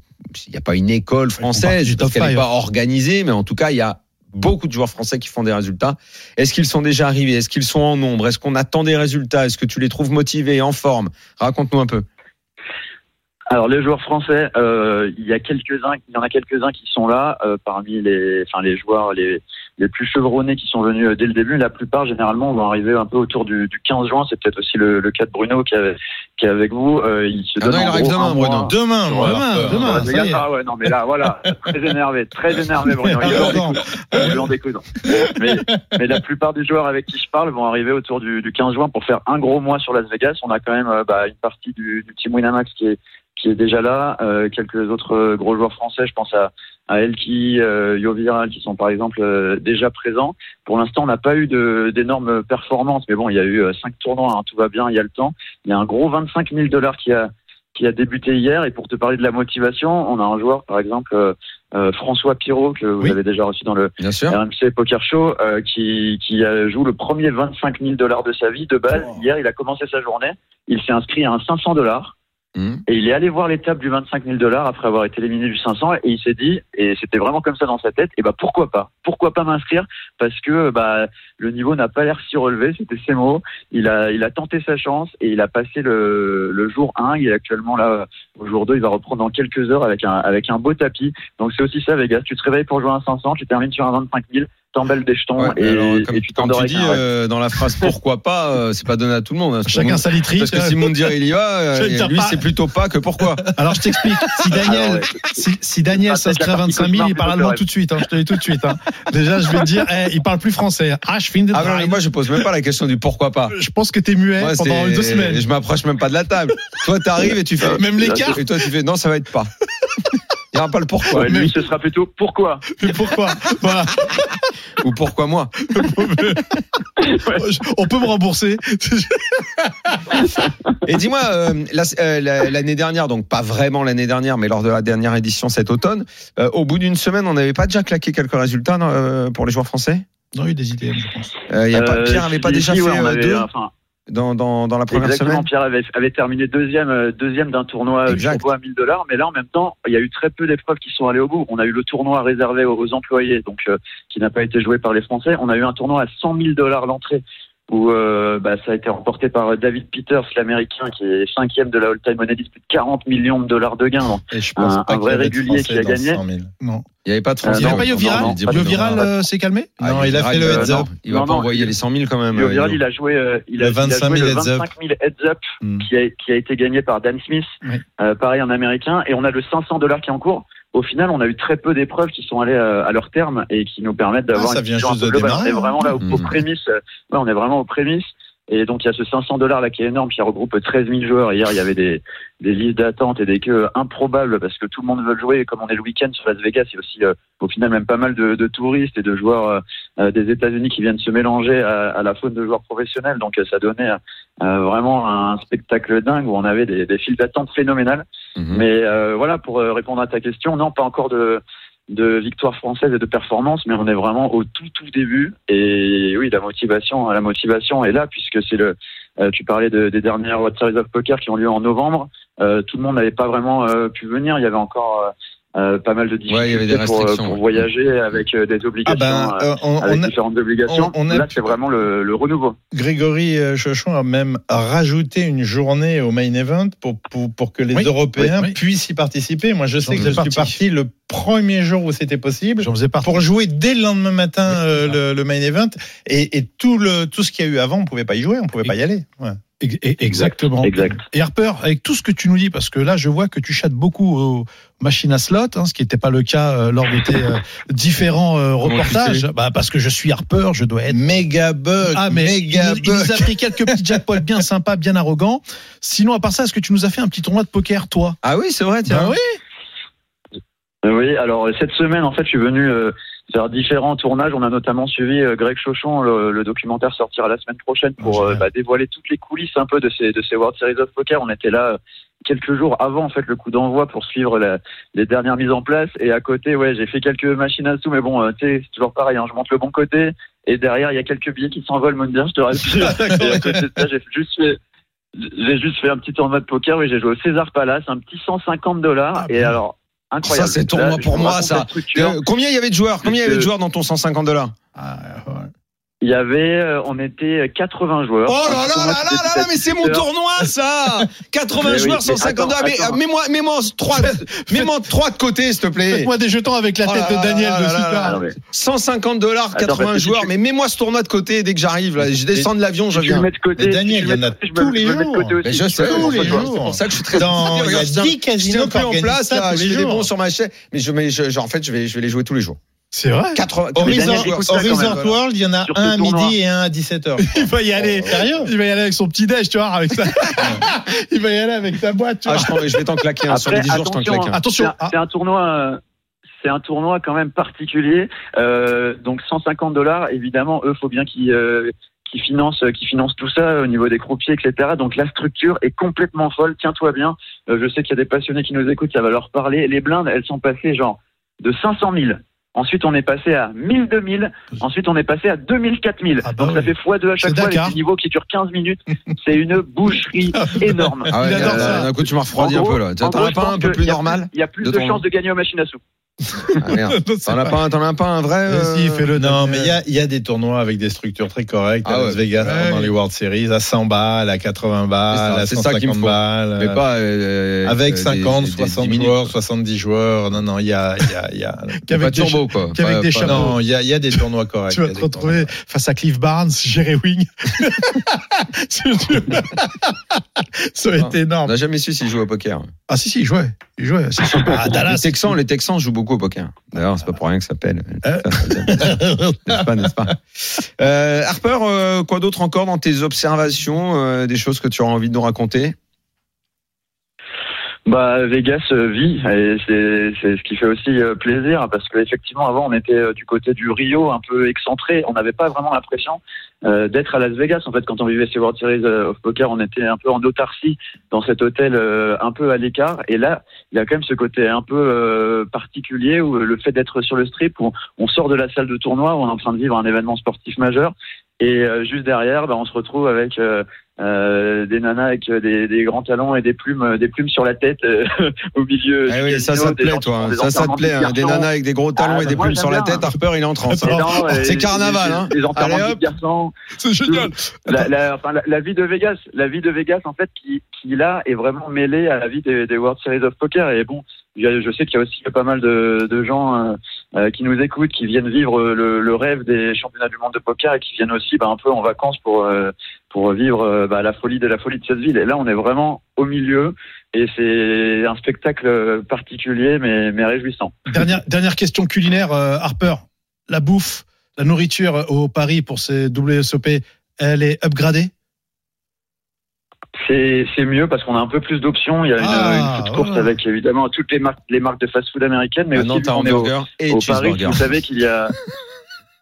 S1: il n'y a pas une école
S2: partie
S1: française
S2: du
S1: parce
S2: top
S1: qu'elle n'est
S2: five.
S1: pas organisée, mais en tout cas, il y a beaucoup de joueurs français qui font des résultats. Est-ce qu'ils sont déjà arrivés Est-ce qu'ils sont en nombre Est-ce qu'on attend des résultats Est-ce que tu les trouves motivés, en forme Raconte-nous un peu.
S7: Alors les joueurs français, euh, il y a quelques-uns, il y en a quelques-uns qui sont là euh, parmi les, enfin les joueurs les les plus chevronnés qui sont venus euh, dès le début. La plupart généralement vont arriver un peu autour du, du 15 juin. C'est peut-être aussi le, le cas de Bruno qui est, qui est avec vous. Euh, il se
S1: Ah
S7: donne
S1: non, il
S7: en
S1: arrive
S7: gros
S1: demain,
S7: un
S1: Bruno.
S7: mois.
S2: demain,
S7: Voilà.
S2: demain,
S7: Euh,
S2: demain.
S7: ouais,
S2: ça y est.
S7: ah ouais, non mais là voilà, très énervé, très énervé Bruno. Il est
S2: Attends.
S7: on lui en découdre. Mais, mais la plupart des joueurs avec qui je parle vont arriver autour du, du 15 juin pour faire un gros mois sur Las Vegas. On a quand même euh, bah, une partie du, du team Winamax qui est, qui est déjà là. Euh, quelques autres euh, gros joueurs français, je pense à, à Elki, euh, Yo Viral, qui sont par exemple euh, déjà présents. Pour l'instant, on n'a pas eu de- d'énormes performances, mais bon, il y a eu euh, cinq tournois, hein, tout va bien, il y a le temps. Il y a un gros 25 000 dollars qui a qui a débuté hier et pour te parler de la motivation, on a un joueur par exemple euh, euh, François Pirot que vous
S2: Oui.
S7: avez déjà reçu dans le
S1: Bien sûr.
S7: RMC Poker Show euh, qui, qui euh, joue le premier 25 000 dollars de sa vie de base. Hier, il a commencé sa journée. Il s'est inscrit à un 500 dollars
S1: Mmh.
S7: et il est allé voir l'étape du 25 000 dollars après avoir été éliminé du 500 et il s'est dit et c'était vraiment comme ça dans sa tête et bah pourquoi pas pourquoi pas m'inscrire parce que bah le niveau n'a pas l'air si relevé c'était ses mots il a il a tenté sa chance et il a passé le, le jour 1 il est actuellement là au jour 2 il va reprendre dans quelques heures avec un avec un beau tapis donc c'est aussi ça Vegas tu te réveilles pour jouer un 500 tu termines sur un 25 000 t'emballes des jetons
S1: Ouais,
S7: et,
S1: alors,
S7: et
S1: comme,
S7: tu
S1: comme
S7: t'endors
S1: tu
S7: avec
S1: dis
S7: un rêve.
S1: euh, dans la phrase pourquoi pas, euh, c'est pas donné à tout le monde. hein.
S2: Chacun sa literie.
S1: Parce que
S2: tu vois.
S1: si Mundir il y va, euh,
S2: J'aime bien
S1: lui
S2: pas.
S1: c'est plutôt pas que pourquoi.
S2: [laughs] Alors je t'explique. Si Daniel,
S7: Alors, ouais.
S2: si, si Daniel
S7: Ah, c'est
S2: s'inscrit à
S7: la partie
S2: 25 000, il
S7: cauchemar
S2: parle
S7: du poker
S2: allemand
S7: rêve.
S2: tout de suite. hein. je te le dis tout de suite. hein. Déjà, je vais te dire, eh, il parle plus français. Ah, je finis de
S1: Ah non, mais moi je pose même pas la question du pourquoi pas.
S2: Je pense que t'es muet
S1: Moi,
S2: pendant
S1: c'est-
S2: deux semaines.
S1: Je m'approche même pas de la table. toi t'arrives et tu fais.
S2: Même l'écart.
S1: Et toi tu fais non ça va être pas.
S2: [laughs]
S1: Il n'y aura pas le pourquoi.
S7: Ouais, lui ce sera plutôt
S1: [laughs]
S7: pourquoi
S2: Mais pourquoi Voilà.
S1: Ou pourquoi moi.
S2: On peut me rembourser.
S1: Et dis-moi, euh, la- euh, la- l'année dernière, donc pas vraiment l'année dernière, mais lors de la dernière édition cet automne, euh, au bout d'une semaine, on n'avait pas déjà claqué quelques résultats euh, pour les joueurs français
S2: Non, il a des idées, je pense.
S1: Euh, y a pas,
S7: Euh,
S1: Pierre n'avait pas
S7: si,
S1: déjà
S7: si,
S1: fait
S7: ouais, on
S1: euh,
S7: avait-
S1: deux
S7: enfin,
S1: dans, dans, dans la première
S7: Exactement,
S1: semaine
S7: Pierre avait, avait terminé deuxième, euh, deuxième d'un tournoi, euh,
S1: Exact.
S7: tournoi à 1000 dollars, mais là en même temps, il y a eu très peu d'épreuves qui sont allées au bout. On a eu le tournoi réservé aux, aux employés, donc euh, qui n'a pas été joué par les Français. On a eu un tournoi à 100 000 dollars l'entrée, où euh, bah, ça a été remporté par David Peters, l'Américain, qui est cinquième de la all-time money list, plus de 40 millions de dollars de gains. Donc,
S3: Et je pense
S7: Un-
S3: pas
S7: un
S3: qu'il
S7: vrai
S3: y avait de
S7: régulier
S3: Français
S7: qui a
S3: dans
S7: gagné.
S3: 100 000.
S2: Non.
S1: Il n'y avait pas de
S7: Euh,
S1: Français.
S2: il n'y
S7: non,
S2: avait pas eu
S7: non,
S2: viral
S7: non,
S1: dit
S7: pas
S2: Le
S1: Bruno.
S7: du
S2: viral
S7: tout.
S2: euh, s'est calmé
S1: Ah,
S3: Non, il a fait le
S1: euh,
S3: heads
S1: non,
S3: up.
S1: Il va
S7: Non,
S1: pas
S7: non,
S1: envoyer
S7: il-
S1: les 100 000 quand même.
S7: Yo
S1: euh,
S7: Viral,
S1: Yo.
S7: il a joué, euh, il a,
S3: Le
S7: il a
S3: 25
S7: joué
S3: 000
S7: le
S3: heads up.
S7: 25 000 heads up
S3: Hmm.
S7: qui, a, qui a été gagné par Dan Smith,
S2: Oui.
S7: euh, pareil un américain, et on a le 500 dollars qui est en cours. Au final, on a eu très peu d'épreuves qui sont allées euh, à leur terme et qui nous permettent d'avoir
S3: Ah, ça
S7: une
S3: vient
S7: vision un
S3: juste
S7: peu
S3: de
S7: globale.
S3: démarrer,
S7: on est
S3: hein.
S7: vraiment là aux, aux
S1: Hmm.
S7: prémices. euh, ouais, on est vraiment aux prémices. Et donc il y a ce 500 dollars là qui est énorme, qui regroupe 13 000 joueurs. Hier il y avait des, des listes d'attente et des queues improbables parce que tout le monde veut jouer. Et comme on est le week-end sur Las Vegas, il y a aussi euh, au final même pas mal de, de touristes et de joueurs euh, des États-Unis qui viennent se mélanger à, à la faune de joueurs professionnels. Donc euh, ça donnait euh, vraiment un spectacle dingue où on avait des, des files d'attente phénoménales.
S1: Mhm.
S7: Mais euh, voilà, pour euh, répondre à ta question, non, pas encore de, de victoire française et de performance, mais on est vraiment au tout tout début. Et oui, la motivation, la motivation est là puisque c'est le. euh, tu parlais de- des dernières World Series of Poker qui ont lieu en novembre. Euh, tout le monde n'avait pas vraiment euh, pu venir. Il y avait encore euh, euh, pas mal de difficultés
S1: Ouais, il y avait des
S7: pour, euh,
S1: restrictions,
S7: pour
S1: ouais.
S7: voyager avec euh, des obligations,
S3: ben,
S7: euh,
S3: euh, on-
S7: avec
S3: on a-
S7: différentes obligations.
S3: on- on a
S7: là,
S3: pu-
S7: c'est vraiment le, le renouveau.
S3: Grégory euh, Chauchon a même rajouté une journée au main event pour, pour, pour que les
S2: Oui,
S3: Européens
S2: oui, oui.
S3: puissent y participer. Moi, je sais
S2: J'en
S3: que je
S2: faisais
S3: suis
S2: partie.
S3: parti le premier jour où c'était possible
S2: J'en faisais partie.
S3: pour jouer dès le lendemain matin
S2: Oui,
S3: euh,
S2: c'est
S3: le, le main event et, et tout, le, tout ce qu'il y a eu avant, on pouvait pas y jouer, on pouvait pas y aller. Ouais.
S2: Ex- ex- Exactement.
S7: Exact.
S2: Et Harper, avec tout ce que tu nous dis, parce que là, je vois que tu chattes beaucoup aux machines à slot, hein, ce qui n'était pas le cas euh, lors de tes euh, différents euh,
S1: Comment tu
S2: reportages. bah, parce que je suis Harper, je dois être.
S3: Méga bug,
S2: Ah, mais il,
S3: méga
S2: nous- il
S3: bug.
S2: nous a pris quelques petits jackpots bien sympas, bien arrogants. Sinon, à part ça, est-ce que tu nous as fait un petit tournoi de poker, toi
S1: Ah oui, c'est vrai,
S3: Bah
S1: tiens.
S2: oui
S7: Euh, Oui, alors euh, cette semaine, en fait, je suis venu euh, faire différents tournages. On a notamment suivi euh, Greg Chauchon. Le, le documentaire sortira la semaine prochaine pour
S2: Ah,
S7: euh,
S2: génial.
S7: bah, dévoiler toutes les coulisses un peu de ces, de ces World Series of Poker. On était là euh, quelques jours avant en fait le coup d'envoi pour suivre la- les dernières mises en place. Et à côté, ouais, j'ai fait quelques machines à sous, mais bon, euh, tu sais, c'est toujours pareil. hein, je monte le bon côté. Et derrière, il y a quelques billets qui s'envolent, mon je
S1: [laughs]
S7: te rassure. Et à côté de ça, j'ai juste fait, j'ai juste fait un petit tournoi de poker. Oui, j'ai joué au César Palace, un petit 150 dollars. Et alors, incroyable.
S1: Ah Ça, c'est
S7: Là,
S1: tournoi
S7: je
S1: pour
S7: vous
S1: moi,
S7: raconte
S1: ça.
S7: la structure.
S1: Euh, combien il y avait de joueurs Combien il y avait de
S7: Puisque-
S1: joueurs dans ton 150 dollars
S2: Ah,
S7: Il y avait, euh, on était 80 joueurs.
S1: Oh là
S7: Un
S1: là
S7: tournoi
S1: là
S7: qui
S1: là
S7: était
S1: là là, mais c'est mon
S7: 17 heures.
S1: tournoi
S7: [laughs]
S1: ça 80
S7: Mais oui,
S1: joueurs,
S7: mais
S1: 150 dollars.
S7: attends,
S1: Mais
S7: attends.
S1: euh, mets-moi mets-moi trois, mets-moi trois de côté, s'il te plaît.
S2: Faites-moi des jetons avec la
S1: Oh
S2: tête
S1: là
S2: de
S1: là
S2: Daniel
S1: là
S2: de
S1: là
S2: Super.
S1: là
S7: Ah non, mais
S1: $150, dollars,
S7: Attends,
S1: 80
S7: parce que
S1: joueurs.
S7: tu-
S1: Mais mets-moi ce tournoi de côté dès que j'arrive. Là, je descends de l'avion, je
S7: si tu le
S1: viens.
S7: mets de côté.
S3: Mais
S7: si
S3: Daniel,
S7: tu le
S3: il y en a
S7: mets de côté, je me-
S3: tous les
S7: je me mets de
S3: jours.
S7: côté aussi.
S1: Mais je sais,
S7: Je me
S3: tous
S7: mets
S3: les
S7: de côté.
S3: jours.
S1: c'est pour ça que je suis très.
S3: Dans- il y a
S1: Regarde, je tiens-
S3: 10
S1: je tiens
S3: casinos
S1: plus en
S3: qui
S1: place,
S3: organisent ça
S1: là,
S3: tous
S1: je
S3: les
S1: fais des bons
S3: jours.
S1: sur ma chaîne, mais je, mais je- je- en fait, je vais, je vais les jouer tous les jours.
S2: C'est vrai
S1: 80,
S3: Au
S7: Mais Daniel,
S3: Resort,
S7: écoute ça
S3: au
S7: quand même,
S3: Resort
S7: voilà.
S3: World, il y en a
S7: Sur ce
S3: un à
S7: tournoi.
S3: midi et un à 17h.
S2: [laughs] Il va y aller.
S3: Sérieux
S2: Il va y aller avec son petit déj, tu vois, avec ça. [laughs] Il va y aller avec sa boîte, tu
S1: Ah,
S2: vois. [laughs]
S1: je, t'en- je vais t'en claquer un. sur les
S7: Après,
S1: 10 jours, je t'en claque
S7: attention,
S1: un.
S7: hein.
S2: Attention.
S7: C'est un- C'est un tournoi. euh, C'est un tournoi quand même particulier. Euh, donc 150 dollars, évidemment, eux, faut bien qu'ils euh, qu'ils financent, qu'ils financent tout ça euh, au niveau des croupiers, etc. Donc la structure est complètement folle. Tiens-toi bien. Euh, je sais qu'il y a des passionnés qui nous écoutent, ça va leur parler. Les blindes, elles sont passées genre de 500 000. Ensuite, on est passé à 1000, 2000. Ensuite, on est passé à 2000, 4000.
S2: Ah bah
S7: Donc, ça
S2: oui.
S7: fait x2 à chaque
S2: C'est
S7: fois.
S2: Dakar. bah
S7: Les niveaux qui durent 15 minutes. C'est une
S2: [laughs]
S7: boucherie énorme.
S1: Ah ouais,
S2: Il adore
S1: euh,
S2: ça.
S1: D'un coup, tu m'as refroidi un
S7: En gros-
S1: peu là. T'en
S7: en gros,
S1: as
S7: je
S1: pas
S7: pense
S1: un peu
S7: que
S1: plus
S7: y a
S1: normal
S7: Il y a plus
S1: de
S7: de,
S1: ton-
S7: chances de gagner aux machines à sous.
S1: Ah, merde.
S2: Non, c'est
S1: T'en as
S2: pas-
S1: pas un- t'en as pas un vrai
S3: Vas-y,
S1: euh,
S3: fais-le. Non, mais il y a, il y a des tournois avec des structures très correctes
S1: Ah
S3: à
S1: ouais.
S3: Las Vegas,
S2: Ouais.
S3: dans les World Series, à 100 balles, à 80 balles, à
S1: C'est ça, c'est ça qu'il me
S3: 150
S1: faut.
S3: balles.
S1: Mais pas euh,
S3: avec
S1: euh, des-
S3: 50,
S1: des- des
S3: 60
S1: 10 minutes,
S3: joueurs,
S1: quoi.
S3: 70 joueurs. Non, non, il y a, il y a, il y a.
S1: Pas
S2: Qu'avec des
S1: turbo quoi.
S2: qu'avec
S1: Pas-
S2: des
S1: pas-
S2: chapeaux.
S3: Non, il y a, il y a des tournois corrects.
S2: Tu vas
S3: il y
S2: te
S3: a des tournois
S2: retrouver face à Cliff Barnes, Jerry Wing. [laughs]
S3: [laughs]
S2: Ça aurait été
S1: On
S2: énorme.
S1: n'a jamais su s'il joue au poker.
S2: Ah si, si, il jouait. Il jouait. c'est sûr. Ah,
S1: les
S2: Dallas.
S1: Texans, les Texans jouent beaucoup au poker. D'ailleurs, c'est pas pour rien que ça s'appelle.
S2: Euh.
S1: N'est-ce pas, n'est-ce pas [laughs] Euh, Harper, euh, quoi d'autre encore dans tes observations, euh, des choses que tu auras envie de nous raconter
S7: Bah, Vegas euh, vit et c'est c'est ce qui fait aussi euh, plaisir parce que effectivement avant on était euh, du côté du Rio un peu excentré, on n'avait pas vraiment l'impression euh, d'être à Las Vegas en fait quand on vivait ces World Series euh, of Poker, on était un peu en autarcie dans cet hôtel euh, un peu à l'écart et là il y a quand même ce côté un peu euh, particulier où euh, le fait d'être sur le strip où on sort de la salle de tournoi, où on est en train de vivre un événement sportif majeur et euh, juste derrière bah, on se retrouve avec euh, euh, des nanas avec euh, des, des grands talons et des plumes, euh, des plumes sur la tête euh, [laughs] au milieu.
S1: Ah
S7: du
S1: oui, ça,
S7: casino,
S1: ça te
S7: des gens
S1: plaît,
S7: qui
S1: toi.
S7: font
S1: hein.
S7: des
S1: Ça, ça te
S7: enterrements de
S1: plaît. hein. Des
S7: petits garçons.
S1: nanas avec des gros talons
S7: Ah,
S1: et
S7: bah,
S1: des
S7: moi,
S1: plumes sur la
S7: j'aime bien.
S1: tête. Harper, il entre. en
S7: Des
S1: salle.
S7: dents,
S1: Oh, C'est
S7: euh,
S1: carnaval,
S7: des-
S1: hein.
S7: Des enterrements
S1: Allez,
S7: de
S1: hop.
S7: petits garçons.
S2: C'est génial.
S7: La, la- enfin, la- la vie de Vegas, la vie de Vegas, en fait, qui, qui là est vraiment mêlée à la vie des, des World Series of Poker. Et bon, il y a- je sais qu'il y a aussi pas mal de, de gens euh, euh, qui nous écoutent, qui viennent vivre euh, le, le rêve des championnats du monde de poker et qui viennent aussi bah, un peu en vacances pour euh, pour vivre euh, bah, la folie de la folie de cette ville. Et là, on est vraiment au milieu. Et c'est un spectacle particulier, mais, mais réjouissant.
S2: [laughs] Dernière, dernière question culinaire, euh, Harper. La bouffe, la nourriture au Paris pour ces WSOP, elle est upgradée
S7: C'est c'est mieux parce qu'on a un peu plus d'options. Il y a une,
S2: Ah,
S7: une food course
S2: voilà.
S7: avec évidemment toutes les marques, les marques de fast-food américaines, mais
S1: à
S7: aussi
S1: Nantes,
S7: vu
S1: un
S7: qu'on est au-
S1: hamburger et
S7: au Paris,
S1: cheeseburger.
S7: vous savez qu'il
S8: [laughs]
S7: y a,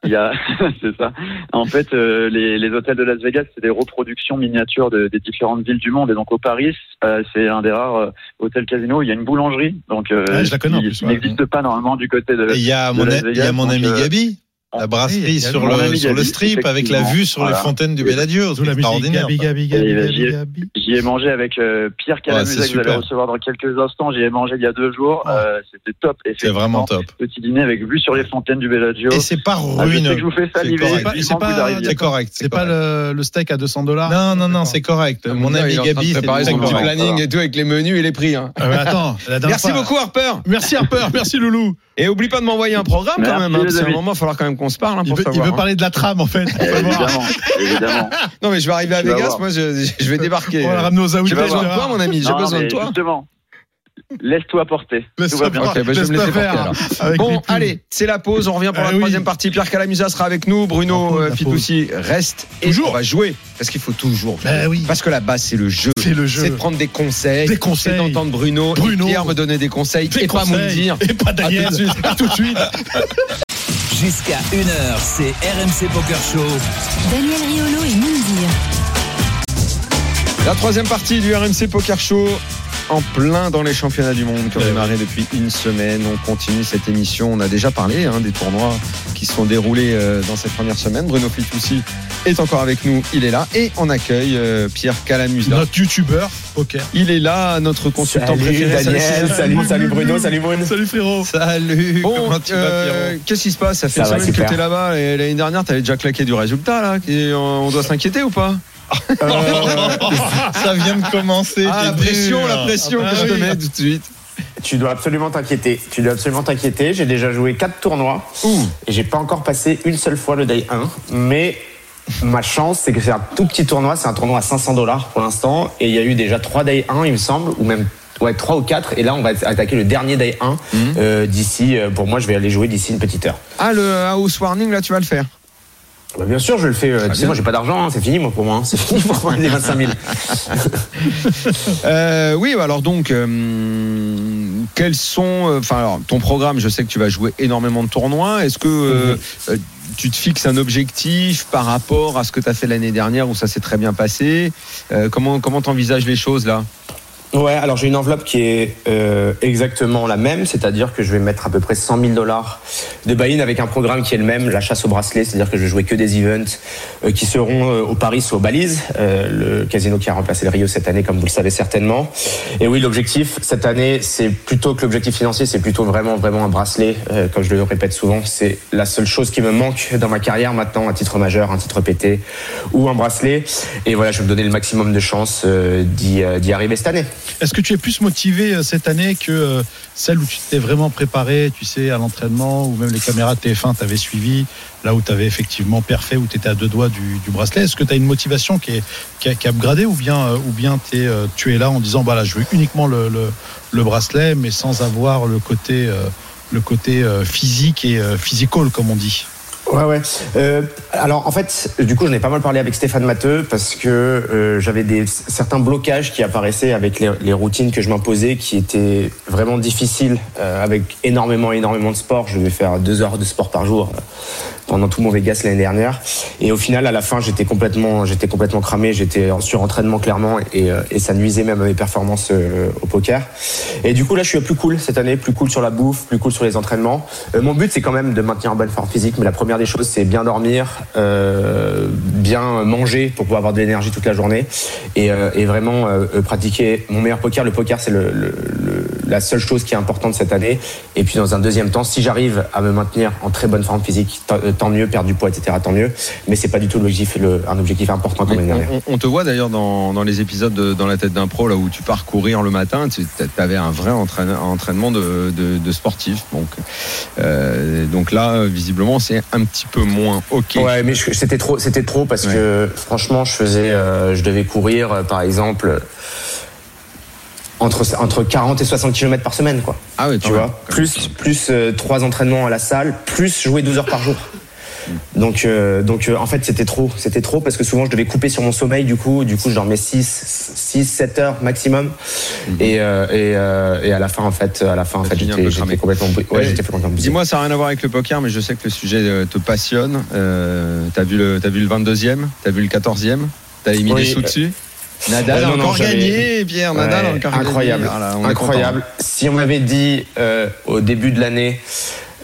S7: il y a, [laughs] c'est ça. En fait, euh, les, les hôtels de Las Vegas, c'est des reproductions miniatures de- des différentes villes du monde. Et donc au Paris, euh, c'est un des rares euh, hôtels casino. où Il y a une boulangerie, donc euh,
S8: Ah,
S2: Ouais, je la connais en
S7: qui-
S2: plus,
S7: qui
S2: ouais.
S7: n'existe pas normalement du côté de.
S8: Et Il y a
S7: de
S8: mon,
S7: Las
S8: il y a
S7: Vegas,
S8: mon
S7: donc,
S8: ami
S7: euh,
S8: Gabi, la brasserie
S2: oui,
S8: sur
S7: mon
S8: le,
S7: ami
S8: sur le
S7: Gabi,
S8: strip avec la vue sur les
S7: voilà.
S8: fontaines du Belladio.
S2: D'où la musique.
S8: Extraordinaire.
S2: Gabi, Gabi, Gabi,
S7: Et la
S2: Gabi,
S7: gif.
S2: Gabi.
S7: J'y ai mangé avec euh, Pierre Calamusa
S8: Ouais, c'est
S7: que vous allez
S8: super.
S7: recevoir dans quelques instants. J'y ai mangé il y a deux jours.
S2: Oh.
S7: Euh, C'était top. Et
S8: C'est vraiment top.
S7: Petit dîner avec vue sur les fontaines du Bellagio.
S8: Et c'est pas
S7: Ah, je sais que
S8: ruineux.
S7: je vous fais
S8: C'est
S7: saliver.
S8: correct.
S7: vivement
S2: C'est
S7: que vous
S2: pas-
S7: arriviez.
S8: C'est correct.
S2: C'est pas le, le steak à 200 dollars.
S8: Non, non, non, c'est correct.
S1: Ah,
S8: Mon
S1: non,
S8: ami
S1: il est en train de
S8: Gabi, c'est
S1: préparer son
S8: très
S1: petit
S8: correct.
S1: planning et tout avec les menus et les prix. hein.
S2: Ah, mais attends, la dernière
S1: Merci
S2: fois-
S1: beaucoup Harper.
S2: Merci Harper, [laughs] merci Loulou.
S1: Et oublie pas de m'envoyer un programme quand
S7: Merci,
S1: même. hein,
S7: les
S1: parce qu'à un
S7: amis.
S1: moment, il va falloir quand même qu'on se parle hein,
S2: Il
S1: pour
S2: veut, il
S1: savoir.
S2: veut
S1: hein.
S2: parler de la trame en fait.
S7: Eh, Évidemment, évidemment.
S1: Non mais je vais arriver à
S7: Tu vas
S1: Vegas.
S7: voir.
S1: Moi, je, je vais débarquer.
S2: On va la ramener aux
S1: J'ai
S7: vas
S2: Aouïtas.
S1: besoin
S7: voir.
S1: de toi, mon ami. J'ai
S7: Non,
S1: besoin de
S7: mais
S1: toi.
S7: Justement, laisse-toi porter. Tout
S2: Laisse-toi
S7: va bien.
S2: faire.
S1: Ok, bah, je vais me laisser
S2: Laisse-toi
S1: porter,
S2: faire.
S1: alors.
S2: Avec les
S1: Bon,
S2: pubs.
S1: allez, c'est la pause. On revient pour
S2: Eh
S1: la
S2: oui.
S1: troisième partie. Pierre Calamusa sera avec nous. Bruno
S2: La pause,
S1: euh,
S2: la
S1: Fitoussi reste. Et
S2: Toujours.
S1: on va jouer. Parce qu'il faut toujours jouer.
S2: Bah oui.
S1: Parce que la base, c'est le jeu.
S2: C'est le
S1: C'est de
S2: jeu.
S1: prendre des conseils.
S2: Des conseils.
S1: C'est d'entendre Bruno,
S2: Bruno.
S1: et Pierre me donner des conseils
S2: Des
S1: et pas me
S2: conseils.
S1: dire.
S2: Et pas Daniel. À tout de suite.
S9: Jusqu'à 1h, c'est RMC Poker Show.
S6: Daniel Riolo et Mindir.
S1: La troisième partie du RMC Poker Show. En plein dans les championnats du monde qui ont démarré depuis une semaine. On continue cette émission. On a déjà parlé hein, des tournois qui se sont déroulés euh, dans cette première semaine. Bruno Fitoussi est encore avec nous. Il est là. Et on accueille euh, Pierre Calamusa.
S2: Notre youtubeur poker.
S1: Il est là, notre consultant préféré.
S2: salut, salut Bruno, salut Bruno. Salut frérot.
S8: Salut.
S1: Bon,
S8: Comment tu vas,
S1: euh,
S8: Pierrot
S1: qu'est-ce qui se passe Ça fait
S3: Ça va,
S1: une semaine que
S3: super.
S1: t'es là-bas et l'année dernière t'avais déjà claqué du résultat là. Et on on doit s'inquiéter ou pas
S2: [laughs]
S8: Ça vient de commencer.
S1: Ah la
S8: t'es
S1: pression,
S8: dur.
S1: la pression
S8: Ah,
S1: que je
S8: bah
S1: te
S8: oui.
S1: mets tout de suite.
S3: Tu dois absolument t'inquiéter. Tu dois absolument t'inquiéter. J'ai déjà joué quatre tournois et j'ai pas encore passé une seule fois le day 1. Mais ma chance, c'est que c'est un tout petit tournoi. C'est un tournoi à 500 dollars pour l'instant. Et il y a eu déjà trois day 1, il me semble, ou même ouais, trois ou quatre. Et là, on va attaquer le dernier day 1. euh, d'ici, euh, pour moi, je vais aller jouer d'ici une petite heure.
S1: Ah le house warning là tu vas le faire.
S3: Bah, bien sûr, je le fais. euh, tu sais, moi, j'ai pas d'argent. hein, c'est fini, moi, pour moi. hein. c'est fini pour moi, les 25 000.
S1: [laughs] Euh, oui, bah alors donc, euh, quels sont. euh, Enfin, alors, ton programme, je sais que tu vas jouer énormément de tournois. Est-ce que
S3: Mhm.
S1: euh, euh, tu te fixes un objectif par rapport à ce que tu as fait l'année dernière où ça s'est très bien passé Euh, Comment comment t'envisages les choses là
S3: Ouais, alors j'ai une enveloppe qui est euh, exactement la même, c'est-à-dire que je vais mettre à peu près 100 000 dollars de buy-in avec un programme qui est le même, la chasse au bracelet, c'est-à-dire que je vais jouer que des events euh, qui seront euh, au Paris ou aux Balises, euh, le casino qui a remplacé le Rio cette année, comme vous le savez certainement. Et oui, l'objectif cette année, c'est plutôt que l'objectif financier, c'est plutôt vraiment vraiment un bracelet, euh, comme je le répète souvent, c'est la seule chose qui me manque dans ma carrière maintenant, un titre majeur, un titre PT ou un bracelet. Et voilà, je vais me donner le maximum de chances euh, d'y euh, d'y arriver cette année.
S2: Est-ce que tu es plus motivé euh, cette année que euh, celle où tu t'es vraiment préparé, tu sais, à l'entraînement, ou même les caméras de TF1 t'avaient suivi, là où t'avais effectivement parfait, où t'étais à deux doigts du, du bracelet Est-ce que t'as une motivation qui, est, qui, a, qui a upgradé, ou bien, euh, ou bien t'es, euh, tu es là en disant, bah là, je veux uniquement le, le, le bracelet, mais sans avoir le côté, euh, le côté euh, physique et euh, physical, comme on dit
S3: Ouais, ouais. Euh, alors, en fait, du coup, j'en ai pas mal parlé avec Stéphane Matteux parce que euh, j'avais des certains blocages qui apparaissaient avec les, les routines que je m'imposais qui étaient vraiment difficiles euh, avec énormément, énormément de sport. Je devais faire deux heures de sport par jour euh, pendant tout mon Vegas l'année dernière. Et au final, à la fin, j'étais complètement, j'étais complètement cramé. J'étais en surentraînement, clairement, et, euh, et ça nuisait même à mes performances euh, au poker. Et du coup, là, je suis plus cool cette année, plus cool sur la bouffe, plus cool sur les entraînements. Euh, mon but, c'est quand même de maintenir en bonne forme physique, mais la première des choses, c'est bien dormir, euh, bien manger pour pouvoir avoir de l'énergie toute la journée et, euh, et vraiment euh, euh, pratiquer mon meilleur poker. Le poker, c'est le, le- le- la seule chose qui est importante cette année. Et puis, dans un deuxième temps, si j'arrive à me maintenir en très bonne forme physique, tant- euh, tant mieux, perdre du poids, etc., tant mieux. Mais c'est pas du tout l'objectif, le- un objectif important comme
S1: Mais
S3: l'année dernière.
S1: on, on- on te voit d'ailleurs dans, dans les épisodes de- dans la tête d'un pro là où tu pars courir le matin. Tu avais un vrai entraîne- entraînement de, de- de sportif. Donc, euh, donc là, visiblement, c'est un petit peu moins. Ok.
S3: Ouais, mais je- c'était trop, c'était trop parce
S1: Ouais.
S3: que franchement, je faisais, euh, je devais courir, euh, par exemple, euh, entre entre 40 et 60 km par semaine, quoi.
S1: Ah ouais,
S3: Tu vois, plus plus euh, trois entraînements à la salle, plus jouer 12 heures par jour. Donc, euh, donc euh, en fait, c'était trop. C'était trop parce que souvent, je devais couper sur mon sommeil. Du coup, du coup je dormais 6, 6 7 heures maximum. Et, euh, et, euh, et à la fin, en fait, à la fin, en
S1: Ça
S3: fait
S1: finit un
S3: j'étais
S1: peu cramé.
S3: j'étais complètement, bri- ouais,
S1: Eh,
S3: j'étais complètement brisé.
S1: Dis-moi, ça n'a rien à voir avec le poker, mais je sais que le sujet euh, te passionne. Euh, t'as vu le, t'as vu le 22e, t'as vu le 14e, t'as mis
S3: Oui.
S1: des sous dessus.
S3: Euh,
S1: Nadal a
S3: non, non,
S1: encore
S3: j'avais-
S1: gagné, Pierre. Nadal a
S3: Ouais,
S1: encore gagné.
S3: incroyable,
S1: Voilà, on est
S3: incroyable. Si on m'avait dit euh, au début de l'année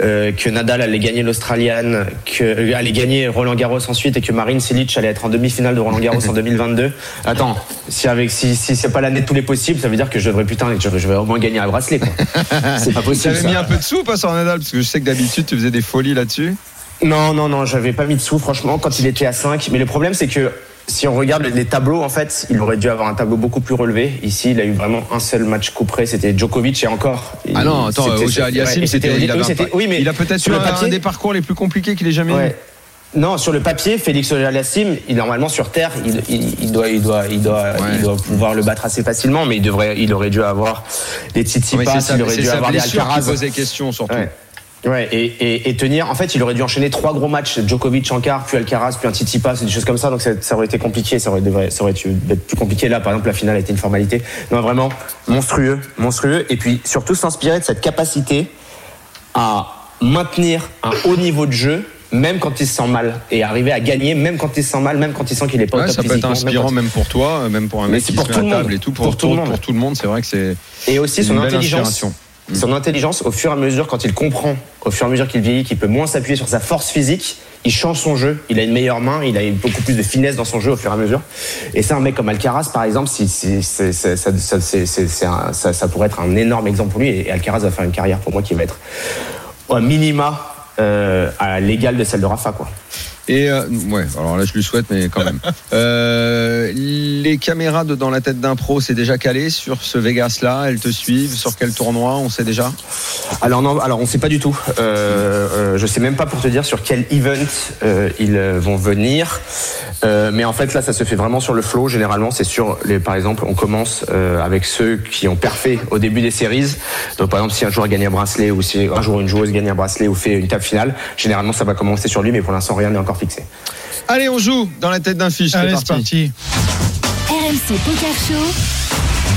S3: euh, que Nadal allait gagner l'Australian, que euh, allait gagner Roland Garros ensuite et que Marine Cilic allait être en demi-finale de Roland Garros en 2022. Attends, si avec si, si c'est pas l'année de tous les possibles, ça veut dire que je devrais putain, je, je vais au moins gagner un bracelet. quoi. C'est
S1: content.
S3: pas possible.
S1: T'avais
S3: ça.
S1: mis un peu de sous ou pas sur Nadal Parce que je sais que d'habitude, tu faisais des folies là-dessus.
S3: Non, non, non, j'avais pas mis de sous, franchement, quand il était à 5. Mais le problème, c'est que si on regarde les tableaux, en fait, il aurait dû avoir un tableau beaucoup plus relevé. Ici, il a eu vraiment un seul match couperé, c'était Djokovic et encore.
S1: Ah
S3: il-
S1: non, attends,
S3: c'était-
S1: Roger Aliassime,
S3: ouais, et
S1: c'était, il, avait
S3: oui,
S1: un
S3: c'était-
S1: pa-
S3: oui, mais
S1: il a peut-être eu
S3: sur
S1: un,
S3: le
S1: un
S3: papier.
S1: des parcours les plus compliqués qu'il ait jamais eu.
S3: ouais. Non, sur le papier, Félix Auger-Aliassime, il normalement sur terre, il, il- il doit, il doit, il doit, il doit pouvoir le battre assez facilement, mais il devrait, il aurait dû avoir des
S1: Non, mais
S3: Tsitsipas,
S1: c'est sa,
S3: il aurait
S1: c'est
S3: dû
S1: sa
S3: avoir des
S1: blessure qui
S3: Alcaraz.
S1: posait question surtout.
S3: Ouais. Ouais, et, et, et tenir. En fait, il aurait dû enchaîner trois gros matchs Djokovic en quart, puis Alcaraz, puis un Tsitsipas, et des choses comme ça. Donc ça, ça aurait été compliqué, ça aurait, devrait- ça aurait dû être plus compliqué. Là, par exemple, la finale a été une formalité. Non, vraiment monstrueux, monstrueux. Et puis surtout s'inspirer de cette capacité à maintenir un haut niveau de jeu. Même quand il se sent mal et arriver à gagner, même quand il se sent mal, même quand il sent qu'il est pas au
S1: Ouais,
S3: top
S1: ça peut être
S3: physiquement, même
S1: inspirant
S3: quand-
S1: même pour toi, euh, même pour un
S3: Mais
S1: mec
S3: c'est
S1: qui
S3: pour
S1: se met
S3: tout le
S1: à
S3: monde.
S1: table et tout. Pour,
S3: Pour tout le
S1: pour-
S3: monde.
S1: pour tout le monde, c'est vrai que c'est.
S3: Et aussi
S1: Une
S3: son
S1: belle
S3: intelligence.
S1: inspiration.
S3: Son intelligence, au fur et à mesure, quand il comprend, au fur et à mesure qu'il vieillit, qu'il peut moins s'appuyer sur sa force physique, il change son jeu. Il a une meilleure main, il a beaucoup plus de finesse dans son jeu au fur et à mesure. Et ça, un mec comme Alcaraz, par exemple, si, si- c'est- c'est- ça, ça- c'est- c'est- c'est un- ça- ça pourrait être un énorme exemple pour lui. Et Alcaraz va faire une carrière pour moi qui va être au minima euh, à l'égal de celle de Rafa, quoi.
S1: Et euh, ouais, alors là je lui souhaite, mais
S9: [laughs]
S1: quand même. Euh, les caméras de dans la tête d'un pro, c'est déjà calé sur ce Vegas là. Elles te suivent sur quel tournoi On sait déjà.
S3: Alors non, alors on sait pas du tout. Euh, euh, je sais même pas pour te dire sur quel event euh, ils euh, vont venir. Euh, mais en fait là, ça se fait vraiment sur le flow. Généralement, c'est sur les. Par exemple, on commence euh, avec ceux qui ont perfé au début des séries. Donc par exemple, si un joueur gagne un bracelet ou si un joueur ou une joueuse gagne un bracelet ou fait une table finale, généralement ça va commencer sur lui. Mais pour l'instant, rien n'est encore fixé.
S1: Allez, on joue dans la tête d'un fiche.
S2: Allez, c'est parti.
S6: RMC Poker Show,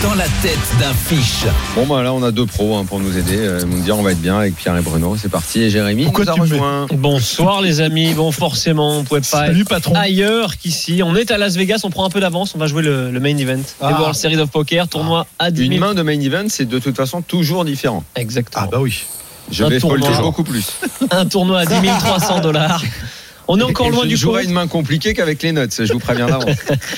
S10: Dans la tête d'un fiche.
S1: Bon bah là on a deux pros hein, pour nous aider. Euh, Ils vont me dire on va être bien avec Pierre et Bruno. C'est parti. Et Jérémy
S2: Pourquoi
S1: nous a
S2: tu me mets-
S1: rejoint.
S9: Bonsoir les amis. Bon, forcément, on pouvait pas
S2: Salut
S9: être
S2: patron.
S9: ailleurs qu'ici. On est à Las Vegas, on prend un peu d'avance. On va jouer le, le main event.
S2: Ah.
S9: Les World Series of Poker, tournoi à 10
S1: Une
S9: 000.
S1: main de main event, c'est de toute façon toujours différent.
S9: Exactement.
S2: Ah bah oui.
S1: Je
S9: Un
S1: vais
S9: tournoi.
S1: folder
S9: [laughs]
S1: beaucoup plus.
S9: Un tournoi à 10
S1: [laughs]
S9: 300 dollars. On est encore
S1: Ah. Et
S9: loin
S1: je
S9: du compte.
S1: jouerai une main compliquée qu'avec les notes. Je vous préviens d'avance.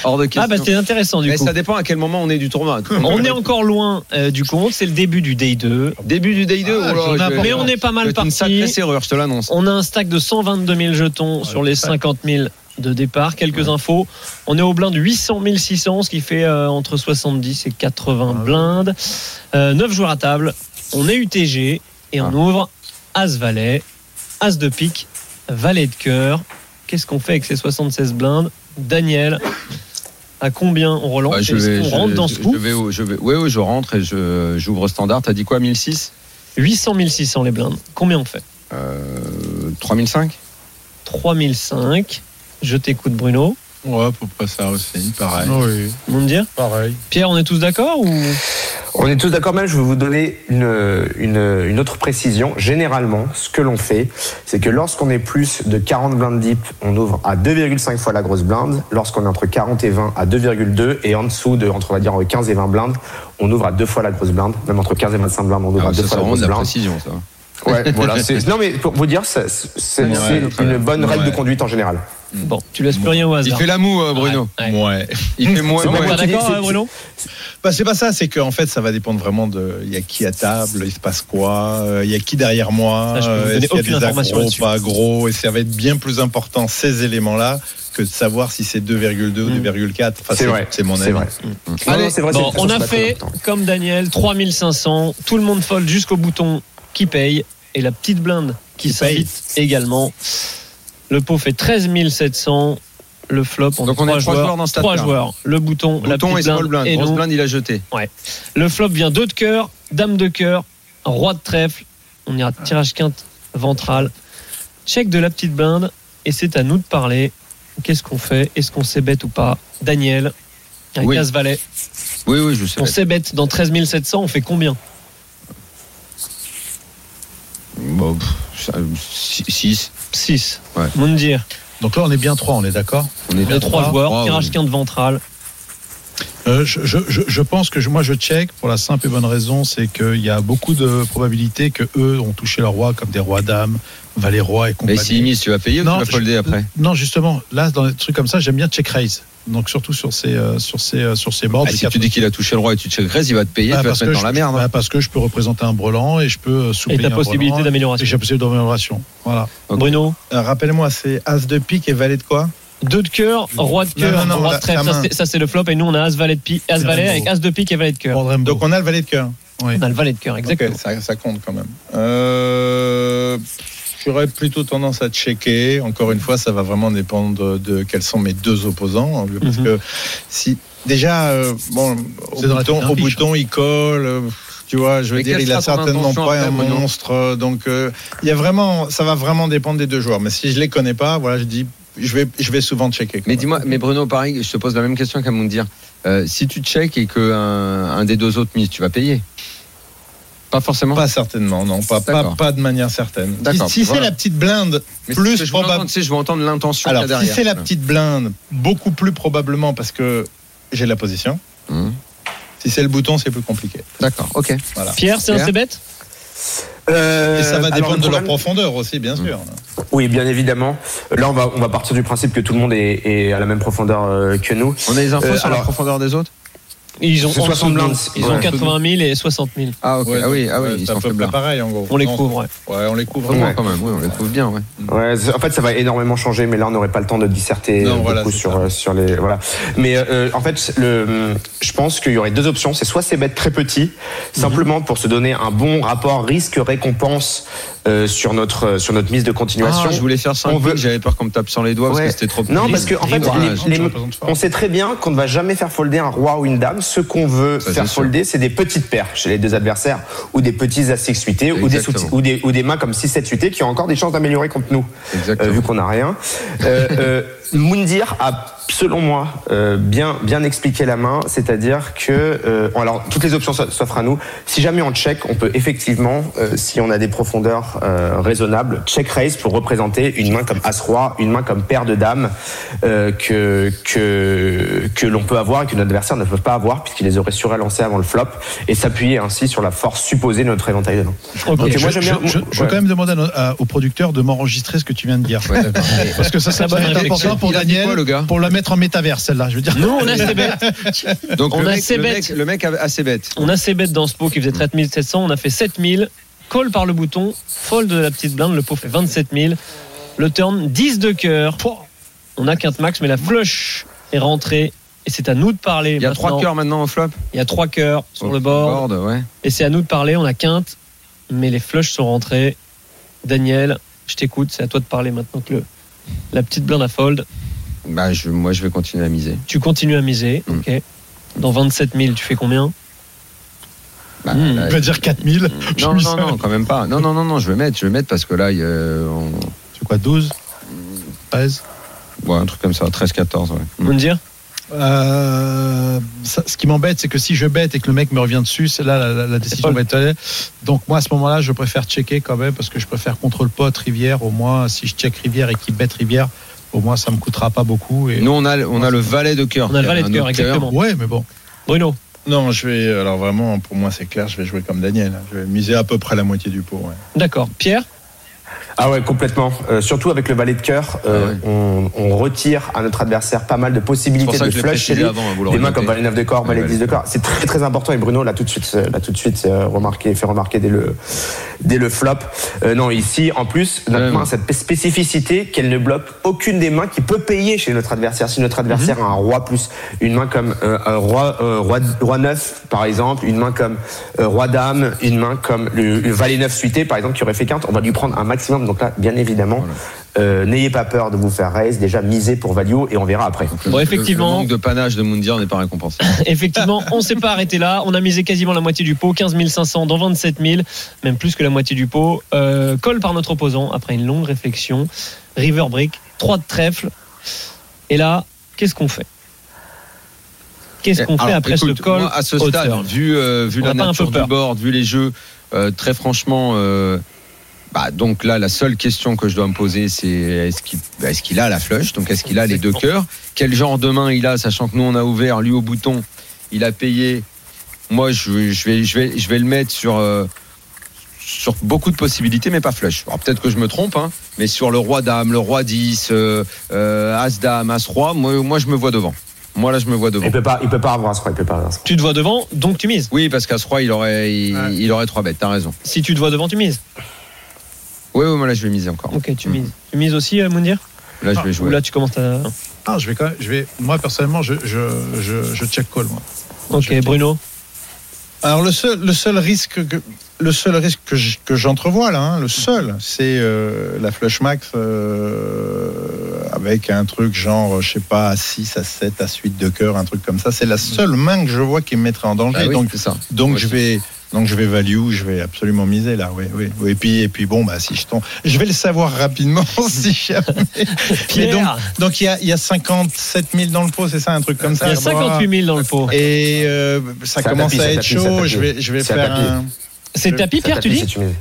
S1: Hors de
S9: [laughs]
S1: question.
S9: Ah bah c'était intéressant du
S1: mais
S9: coup.
S1: ça dépend à quel moment on est du tournoi.
S9: [laughs] On est encore loin euh, du compte. C'est le début du day 2.
S1: Début du day oh 2
S2: Ah, journée importante.
S9: Mais on est pas mal
S1: C'est une sacrée
S9: parti.
S1: serrure, je te l'annonce.
S9: On a un stack de 122 000 jetons sur les 50 000 de départ. Quelques infos. On est au blind de 800 600, ce qui fait euh, entre 70 et 80 blindes. 9 joueurs à table. On est UTG et
S1: Ah.
S9: on ouvre As-Valet, As de pique, Valet de cœur. Qu'est-ce qu'on fait avec ces 76 blindes Daniel, à combien on relance
S1: Bah,
S9: Est-ce qu'on rentre dans ce
S1: je-
S9: coup
S1: je vais, au- je vais- ouais, ouais, je rentre et je, j'ouvre standard. T'as dit quoi, 1006
S9: 800 600 les blindes. Combien on fait
S1: euh, 3005
S9: 3005. Je t'écoute Bruno.
S11: Ouais, à peu près ça aussi, pareil.
S2: Oui,
S9: Mondir
S2: pareil.
S9: Pierre, on est tous d'accord ou
S3: On est tous d'accord même, je vais vous donner une, une, une autre précision. Généralement, ce que l'on fait, c'est que lorsqu'on est plus de 40 blindes deep, on ouvre à 2,5 fois la grosse blinde. Lorsqu'on est entre 40 et 20, à 2,2. Et en dessous de, entre, on va dire, entre 15 et 20 blindes, on ouvre à deux fois la grosse blinde. Même entre 15 et 25 blindes, on ouvre
S1: Ah,
S3: à deux
S1: Ça, c'est
S3: fois la
S1: vraiment
S3: grosse
S1: de la
S3: blinde.
S1: précision, ça.
S3: Ouais, voilà. c'est- Non, mais pour vous dire, ça- c'est c'est une bonne règle de conduite en général.
S9: Bon, tu laisses plus rien au
S1: Il
S9: hasard.
S1: fait la moue, euh, Bruno.
S9: Ouais.
S11: Ouais.
S1: Il fait moi.
S9: On est
S1: ouais.
S9: pas
S3: tu dis-
S9: d'accord,
S3: c'est-
S9: hein, Bruno
S2: Bah, c'est pas ça, c'est qu'en fait, ça va dépendre vraiment de. Il y a qui à table, il se passe quoi, euh, il y a qui derrière moi,
S9: Ça, je peux vous
S2: euh,
S9: donner
S2: est-ce qu'il y a
S9: aucune
S2: des
S9: information
S2: agros,
S9: là-dessus.
S2: pas agros, et ça va être bien plus important, ces éléments-là, que de savoir si c'est 2,2 ou
S9: Mm.
S2: 2,4. Enfin,
S3: C'est vrai.
S2: C'est mon avis.
S3: C'est vrai. Non,
S1: Allez,
S3: non, c'est vrai,
S9: Bon,
S3: c'est-
S9: on a
S3: c'est pas
S9: fait
S3: très important.
S9: comme Daniel, 3500, tout le monde fold jusqu'au bouton qui paye et la petite blinde qui
S2: paye.
S9: s'invite également. Le pot fait 13 700. Le flop, on
S1: Donc
S9: est
S1: on est
S9: trois
S1: trois joueurs dans ce
S9: trois
S1: tas-là.
S9: joueurs. Le bouton, la
S1: Bouton et
S9: petite
S1: small
S9: blinde,
S1: blind.
S9: et
S1: Grosse
S9: nous.
S1: blind, il a jeté.
S9: Le flop vient deux de cœur, dame de cœur,
S3: Ah.
S9: roi de trèfle. On ira tirage quinte ventral. Check de la petite blinde. et c'est à nous de parler. Qu'est-ce qu'on fait Est-ce qu'on s'ébête ou pas Daniel, à
S1: Oui.
S9: Casse-Valais,
S1: Oui, oui, je sais.
S9: on s'ébête dans 13 700, on fait combien
S1: Bon, 6.
S9: 6.
S1: Ouais.
S9: Mondir,
S2: Donc là, on est bien trois, on est d'accord
S1: On est
S9: de 3 joueurs,
S1: Trois,
S9: tirage
S1: oui.
S9: quinte ventrale.
S2: Euh, je, je- je- je pense que je- moi je check pour la simple et bonne raison, c'est qu'il y a beaucoup de probabilités que eux ont touché leur roi comme des rois dames, valet roi et
S1: Mais
S2: compagnie.
S1: si Imis, tu vas payer ou
S2: Non,
S1: tu vas
S2: je-
S1: folder après
S2: Non, justement, là dans des trucs comme ça, j'aime bien check raise. Donc surtout sur ces euh, sur ces euh, sur ces boards.
S1: Ah,
S2: des
S1: Si tu
S2: quatre-
S1: dis qu'il a touché le roi et tu check raise, il va te payer,
S2: Bah,
S1: tu vas
S2: parce
S1: te
S2: que
S1: mettre dans
S2: je-
S1: la merde. hein.
S2: bah, parce que je peux représenter un brelan et je peux euh,
S9: Et
S2: soupayer
S9: ta
S2: un brelan,
S9: possibilité
S2: et
S9: d'amélioration.
S2: j'ai possibilité d'amélioration. Voilà.
S1: Ok.
S9: Bruno,
S3: Euh, Rappelle-moi, c'est As de pique et valet de quoi
S9: 2 de cœur, roi de
S3: Non,
S9: cœur,
S3: non, non,
S9: roi
S3: la-
S9: de trèfle.
S3: la
S9: Ça,
S3: main.
S9: c'est- Ça, c'est le flop. Et nous, on a As, valet de pique, As,
S2: C'est
S9: valet
S2: un
S9: avec
S2: beau.
S9: As de pique et valet de cœur.
S2: Prendre Rembo.
S3: Donc on a le valet de cœur.
S9: On a le valet de cœur, exactement.
S3: Ok, ça, ça compte quand même. Euh, J'aurais plutôt tendance à checker. Encore une fois, ça va vraiment dépendre de, de quels sont mes deux opposants. hein, Parce
S9: Mhm.
S3: que si déjà, euh, bon, au
S2: C'est dans la
S3: bouton,
S2: tête d'un
S3: au
S2: riche,
S3: bouton, il colle. euh, Tu vois, je veux
S1: hein. Mais
S3: dire,
S1: quelle
S3: il a
S1: sera ton
S3: certainement
S1: intention
S3: pas
S1: après,
S3: un
S1: Bruno
S3: monstre. euh, Donc, euh, il y a vraiment, ça va vraiment dépendre des deux joueurs. Mais si je les connais pas, voilà, je dis, je vais, je vais souvent checker. quand
S1: Mais
S3: même.
S1: dis-moi, mais Bruno, pareil, je te pose la même question qu'à me dire. Euh, si tu check et que un, un des deux autres mise, tu vas payer. Pas forcément.
S3: Pas certainement, non, pas, pas,
S1: D'accord.
S3: pas de manière certaine. Si,
S1: D'accord,
S3: si c'est
S1: voilà.
S3: la petite blinde,
S1: Mais
S3: plus
S1: c'est ce que je veux
S3: probable-
S1: entendre, tu sais, je veux entendre l'intention qu'il y a
S3: Alors, si
S1: derrière.
S3: c'est la petite blinde, beaucoup plus probablement parce que j'ai la position.
S2: Hmm.
S1: Mmh.
S3: Si c'est le bouton, c'est plus compliqué.
S1: D'accord, ok.
S9: Pierre, c'est un
S1: Pierre.
S9: C-bet
S12: Euh,
S3: Et ça va
S12: alors,
S3: dépendre
S12: le
S3: de leur
S12: problème-
S3: profondeur aussi, bien
S2: Hmm.
S3: sûr.
S12: Oui, bien évidemment. Là, on va, on va partir du principe que tout le monde est, est à la même profondeur euh, que nous.
S1: On a les infos
S12: Euh,
S1: sur la
S12: alors-
S1: profondeur des autres
S9: Ils ont,
S12: C'est
S9: en dessous
S12: 60
S9: de nous.
S12: blindes.
S9: ils
S12: Ouais.
S9: ont 80 000 et 60 000.
S1: Ah, ok,
S3: Ouais,
S1: ah oui, ah oui,
S3: ouais,
S1: ils
S3: c'est à
S1: sont
S3: peu
S1: faibles.
S3: près pareil en gros.
S9: On les
S3: Non,
S9: couvre, ouais.
S3: Ouais, on les couvre.
S1: Vraiment,
S12: Ouais.
S1: quand même, oui, on les trouve bien, ouais.
S12: Ouais, c'est- en fait, ça va énormément changer, mais là, on n'aurait pas le temps de disserter
S3: Non,
S12: euh,
S3: voilà,
S12: beaucoup
S3: c'est
S12: sur,
S3: ça.
S12: euh, sur les. Voilà. Mais euh, en fait, le, je pense qu'il y aurait deux options. C'est soit c'est bête très petit,
S3: Mhm.
S12: simplement pour se donner un bon rapport risque-récompense euh, sur, notre, euh, sur notre mise de continuation.
S1: Ah, je voulais faire 5
S12: On veut-
S1: veut... j'avais peur qu'on me tape sans les doigts
S12: Ouais.
S1: parce que c'était trop
S12: Non,
S1: petit.
S12: parce que en fait,
S1: Ah,
S12: les-
S1: je-
S12: les-
S2: j'ai l'impression de faire.
S12: on sait très bien qu'on ne va jamais faire folder un roi ou une dame. Ce qu'on veut
S1: Ça,
S12: faire
S1: c'est sûr.
S12: folder, c'est des petites paires chez les deux adversaires, ou des petits as 6 8 ou des,
S1: Exactement.
S12: sous- ou, des, ou des mains comme 6 7 8 qui ont encore des chances d'améliorer contre nous,
S1: Exactement.
S12: euh, vu qu'on n'a rien. Euh, euh, Moundir a, selon moi, euh, bien, bien expliqué la main, c'est-à-dire que, euh, bon, alors toutes les options s'o- s'offrent à nous. Si jamais on check, on peut effectivement, euh, si on a des profondeurs euh, raisonnables, check raise pour représenter une main comme as roi, une main comme paire de dames euh, que que que l'on peut avoir et que notre adversaire ne peut pas avoir puisqu'il les aurait surrelancés avant le flop et s'appuyer ainsi sur la force supposée de notre éventail de noms.
S9: Ok.
S12: Ok,
S2: Je,
S12: moi, j'aime
S2: je-
S12: bien-
S2: je- je veux
S12: ouais.
S2: quand même demander à nos- à- au producteur de m'enregistrer ce que tu viens de dire. [laughs] Parce que ça, ça
S9: Très bonne
S2: va être
S9: réflexion.
S2: important pour
S1: Il a dit
S2: Daniel,
S1: quoi, le gars
S2: pour la mettre en métavers, celle-là. Je veux dire.
S9: Nous, [laughs] on a C-bet.
S1: Donc,
S9: On
S1: le,
S9: a
S1: mec,
S9: ses
S1: le,
S9: bêtes.
S1: mec, le mec a assez bête.
S9: On a ces bêtes dans ce pot qui faisait 13 700, on a fait 7 000, call par le bouton, fold de la petite blinde, le pot fait 27 000, le turn 10 de cœur, on a quinte max, mais la flush est rentrée et c'est à nous de parler.
S1: Il y a 3
S9: maintenant.
S1: cœurs maintenant au flop
S9: Il y a 3 cœurs sur le bord
S1: ouais.
S9: et c'est à nous de parler, on a quinte, mais les flushs sont rentrées. Daniel, je t'écoute, c'est à toi de parler maintenant que le, la petite blinde a fold.
S1: Bah, je, moi, je vais continuer à miser.
S9: Tu continues à miser,
S1: Mm.
S9: ok. Dans 27 000, tu fais combien
S1: Bah,
S9: Mm.
S1: là,
S2: Il va dire 4000. Je
S1: non,
S2: mis
S1: non,
S2: ça.
S1: non, quand même pas. Non, non, non, non, je vais mettre, je vais mettre parce que là, il y a, euh, on-
S2: C'est quoi, 12 13
S1: ouais, un truc comme ça, 13-14. Ouais. Mm.
S9: On me dire
S2: Euh, ça- ce qui m'embête, c'est que si je bête et que le mec me revient dessus, c'est là la, la- la décision va être. Donc moi, à ce moment-là, je préfère checker quand même parce que je préfère contrôle pote Rivière. Au moins, si je check Rivière et qu'il bête Rivière, au moins ça me coûtera pas beaucoup. Et...
S1: Nous, on a, le- on a le valet de cœur.
S9: On a le valet de
S1: Un
S9: cœur,
S1: autre
S9: exactement.
S2: Ouais, mais bon.
S9: Bruno,
S3: Non, je vais. Alors vraiment, pour moi, c'est clair, je vais jouer comme Daniel. hein. Je vais miser à peu près la moitié du pot. ouais.
S9: d'accord. Pierre
S12: Ah ouais, complètement. Euh, surtout avec le valet de cœur, euh,
S1: Ah ouais.
S12: on, on retire à notre adversaire pas mal de
S1: C'est pour
S12: possibilités
S1: ça
S12: de
S1: que je l'ai
S12: flush chez
S1: précisé
S12: lui.
S1: avant, hein, vous
S12: Des
S1: l'aurez
S12: mains comme
S1: noté.
S12: valet 9 de corps,
S1: Ouais,
S12: valet 10 de corps. C'est très très important et Bruno l'a tout de suite, euh, l'a tout de suite euh, remarqué, fait remarquer dès le, dès le flop. Euh, non, ici, en plus, notre
S1: Ouais,
S12: main a
S1: ouais.
S12: cette spécificité qu'elle ne bloque aucune des mains qui peut payer chez notre adversaire. Si notre adversaire a un roi plus une main comme euh, un roi, euh, roi, roi 9, par exemple, une main comme euh, roi dame, une main comme le, le valet 9 suité, par exemple, qui aurait fait quinte, on va lui prendre un maximum. Donc là, bien évidemment, euh, n'ayez pas peur de vous faire raise, déjà misez pour value et on verra après.
S1: Le-
S9: Bon,
S1: le-
S9: effectivement.
S1: Le manque de panache de Mundir n'est pas récompensé.
S9: [laughs] Effectivement, on s'est pas arrêté là. On a misé quasiment la moitié du pot, 15 500 dans 27 000, même plus que la moitié du pot. Euh, call par notre opposant après une longue réflexion. River Brick 3 de trèfle. Et là, qu'est-ce qu'on fait Qu'est-ce qu'on fait
S1: Eh, Alors,
S9: après
S1: écoute,
S9: ce col
S1: moi, À ce stade,
S9: hauteur
S1: vu, euh, vu
S9: On
S1: la
S9: n'a pas un
S1: nature
S9: peu
S1: du
S9: peur.
S1: board, vu les jeux, euh, très franchement, euh, bah, donc là, la seule question que je dois me poser, c'est est-ce qu'il bah, est-ce qu'il a la flush Donc, est-ce qu'il a les deux cœurs Quel genre de main il a, sachant que nous, on a ouvert, lui au bouton, il a payé. Moi, je, je vais, je, vais, je vais le mettre sur, euh, sur beaucoup de possibilités, mais pas flush. Alors, peut-être que je me trompe, hein, mais sur le roi-dame, le roi-10, euh, euh, as-dame, as-roi, moi, moi, je me vois devant. Moi, là, je me vois devant.
S4: Il peut pas, il peut pas avoir un score, il peut pas avoir un score.
S9: Tu te vois devant, donc tu mises.
S1: Oui, parce qu'à ce roi, il aurait, il, il aurait trois bêtes, t'as raison.
S9: Si tu te vois devant, tu mises.
S1: Oui, oui, moi là, je vais miser encore.
S9: Ok, tu
S1: Mm.
S9: mises. Tu mises aussi, euh, Mounir
S1: Là, je vais
S9: Ou
S1: jouer.
S9: là, tu commences à.
S2: Ah, je vais quand même, je vais, moi personnellement, je, je, je, je check call. Moi.
S9: Ok, Bruno.
S3: Alors le seul, le seul risque que le seul risque que j- que j'entrevois là, hein, le seul, c'est euh, la flush max euh, avec un truc genre, je sais pas, à 6, à 7, à 8 de cœur, un truc comme ça. C'est la
S4: Mm.
S3: seule main que je vois qui me mettrait en danger.
S1: Ah oui,
S3: donc
S1: c'est ça.
S3: donc
S1: Ouais,
S3: je vais donc je vais value, je vais absolument miser là, oui, oui. oui. Et puis et puis bon bah si je tombe, je vais le savoir rapidement [laughs] si jamais. Mais donc
S9: Pierre,
S3: donc il y a, il y a 57 000 dans le pot, c'est ça un truc
S4: Euh,
S3: comme
S9: il
S3: ça.
S9: y a
S3: Bon,
S9: 58 000 dans le pot.
S3: et euh, ça
S4: C'est un
S3: commence
S4: tapis,
S3: à
S4: c'est un
S3: être
S4: tapis, c'est un
S3: chaud.
S4: tapis.
S3: Je vais, je vais
S4: C'est un
S3: faire
S4: tapis.
S3: un.
S9: C'est tapis, Pierre, tu
S4: Tapis,
S9: dis
S4: c'est humide.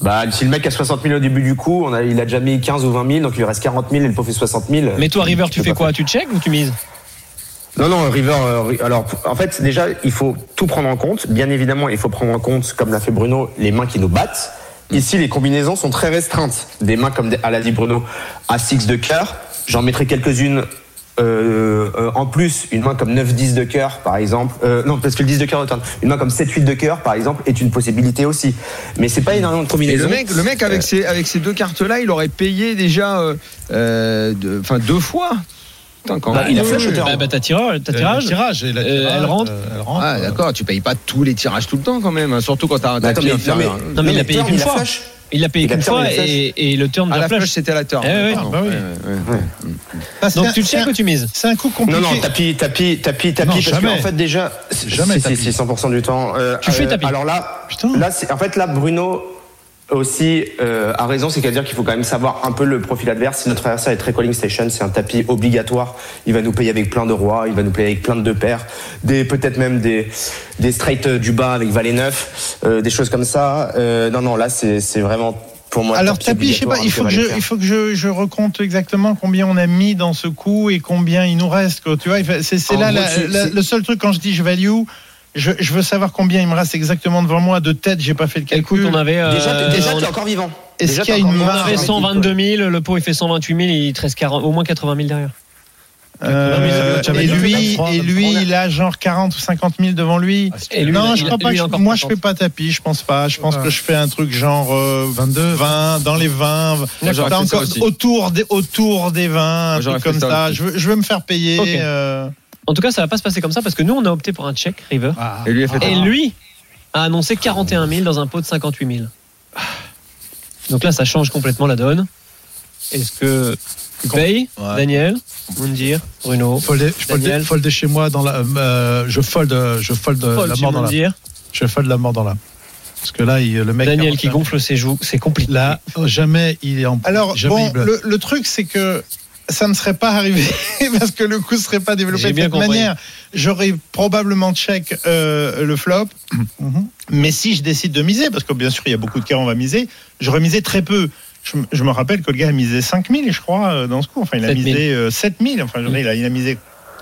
S4: Bah, si le mec a 60 000 au début du coup, on a, il a déjà mis 15 ou 20 000, donc il lui reste 40 000 et le pot fait 60 000.
S9: Mais toi, River, tu
S4: peux
S9: fais
S4: pas
S9: quoi Tu check ou tu mises
S4: Non, non, River. euh, ri- alors, p- en fait, déjà, il faut tout prendre en compte. Bien évidemment, il faut prendre en compte, comme l'a fait Bruno, les mains qui nous battent. Ici, les combinaisons sont très restreintes. Des mains, comme des- à l'a dit Bruno, à 6 de cœur. J'en mettrai quelques-unes euh, euh, en plus. Une main comme 9-10 de cœur, par exemple. Euh, non, parce que le 10 de cœur, attends, une main comme 7-8 de cœur, par exemple, est une possibilité aussi. Mais c'est pas énormément de
S1: Et
S4: combinaisons.
S1: le mec, le mec avec,
S4: Euh,
S1: ces, avec ces deux cartes-là, il aurait payé déjà euh, euh, de- enfin, deux fois. Putain, quand
S4: Bah,
S1: même.
S4: il a fait
S9: Oui,
S4: le
S9: oui,
S4: shooter.
S9: Bah, bah, t'as tirage, t'as
S2: Euh,
S9: tirage.
S2: le tirage, et la
S9: Euh,
S2: tirage,
S9: elle rentre.
S2: euh, elle rentre.
S1: Ah, d'accord, tu payes pas tous les tirages tout le temps quand même, hein, surtout quand t'as un
S4: mais attends,
S1: tapis
S4: mais- non, mais-
S1: inférieur.
S9: Non, mais il l'a payé
S4: turn,
S9: qu'une
S4: il a
S9: fois.
S4: flash.
S9: Il l'a payé
S4: Il a
S9: qu'une
S4: turn,
S9: fois
S4: il a Ah,
S9: et, et le turn de
S1: À
S9: la
S1: la
S9: flush.
S1: flèche, c'était à la turn.
S9: Eh ouais.
S1: Pardon.
S2: Ah, bah oui.
S1: Ouais, ouais, ouais.
S3: Ah, c'est un-
S9: Donc tu
S3: c'est
S9: check
S3: un-
S9: ou tu mises
S3: C'est un coup compliqué.
S4: Non, non, tapis, tapis, tapis, tapis,
S3: Non,
S4: parce
S3: jamais.
S4: que, en fait, déjà, c'est-
S3: Jamais
S4: si,
S3: tapis.
S4: si, si, 100% du temps. euh,
S9: Tu fais
S4: euh,
S9: tapis.
S4: Alors là,
S3: Putain.
S4: là, c'est- en fait, là, Bruno aussi euh, a raison, c'est-à-dire qu'il faut quand même savoir un peu le profil adverse. Si notre adversaire est très calling station, c'est un tapis obligatoire. Il va nous payer avec plein de rois, il va nous payer avec plein de deux paires, des peut-être même des des straight euh, du bas avec valet 9, euh, des choses comme ça. Euh, non, non, là, c'est c'est vraiment pour moi.
S3: Alors tapis, je sais pas, il faut que je, il faut que je, je recompte exactement combien on a mis dans ce coup et combien il nous reste. quoi. Tu vois, il fait- c'est c'est
S4: En
S3: là
S4: gros,
S3: la-
S4: tu-
S3: la-
S4: c'est-
S3: le seul truc quand je dis je value. Je, je veux savoir combien il me reste exactement devant moi de tête. J'ai pas fait le
S9: Écoute, on
S3: calcul.
S9: avait. euh,
S4: Déjà, t'es- déjà,
S9: on-
S4: t'es encore vivant.
S3: Est-ce
S4: Déjà,
S3: qu'il y a
S4: t'es
S3: une
S4: encore
S3: marge
S4: vivant.
S9: on fait 122 000, le pot il fait 128 000, il te reste 40 au moins 80 000 derrière.
S3: Euh,
S9: Non, mais ils avaient-
S3: et
S9: ils avaient
S3: lui,
S9: 23,
S3: et lui, il a genre 40 ou 50 000 devant lui.
S9: Ah, Et lui, il
S3: non,
S9: a-
S3: je
S9: il a-
S3: crois pas.
S9: lui,
S3: que
S9: il a
S3: je-
S9: encore
S3: moi, je
S9: 50.
S3: fais pas tapis. Je pense pas. Je pense que je fais un truc genre euh, 22, 20 dans les 20.
S1: j'aurais
S3: T'as
S1: fait ça
S3: bah, encore-
S1: aussi.
S3: autour des autour des 20, un
S1: Moi, j'aurais
S3: truc comme
S1: fait ça
S3: ça.
S1: aussi.
S3: Je veux, je veux me faire payer.
S9: Ok.
S3: euh,
S9: En tout cas, ça va pas se passer comme ça parce que nous on a opté pour un check river
S1: Et lui, il a fait
S9: et lui a annoncé 41 000 dans un pot de 58 000. Donc là, ça change complètement la donne. Est-ce que tu payes,
S3: Ouais.
S9: Daniel, Mundir, Bruno,
S2: Folder, je folder-
S9: Daniel.
S2: folder chez moi dans la. euh, je fold, euh, je fold euh,
S9: Paul,
S2: la
S9: tu
S2: mort
S9: veux
S2: dans
S9: me
S2: la.
S9: dire
S2: Je fold la mort dans la. Parce que là, il- le mec.
S9: Daniel qui
S2: rentre-
S9: gonfle ses joues, c'est compliqué.
S2: Là, jamais il est en.
S3: Alors
S2: jamais
S3: bon,
S2: il bluffe.
S3: le, le truc c'est que ça ne serait pas arrivé [laughs] parce que le coup serait pas
S9: J'ai
S3: développé de
S9: bien
S3: cette
S9: compris.
S3: manière. J'aurais probablement check euh, le flop,
S2: Mhm.
S3: mais si je décide de miser, parce que bien sûr il y a beaucoup de cas où on va miser, j'aurais misé très peu. Je, me- je me rappelle que le gars a misé 5000 je crois euh, dans ce coup. Enfin il a
S9: 7 000.
S3: misé 7000. Enfin je veux dire, il, a, il a misé.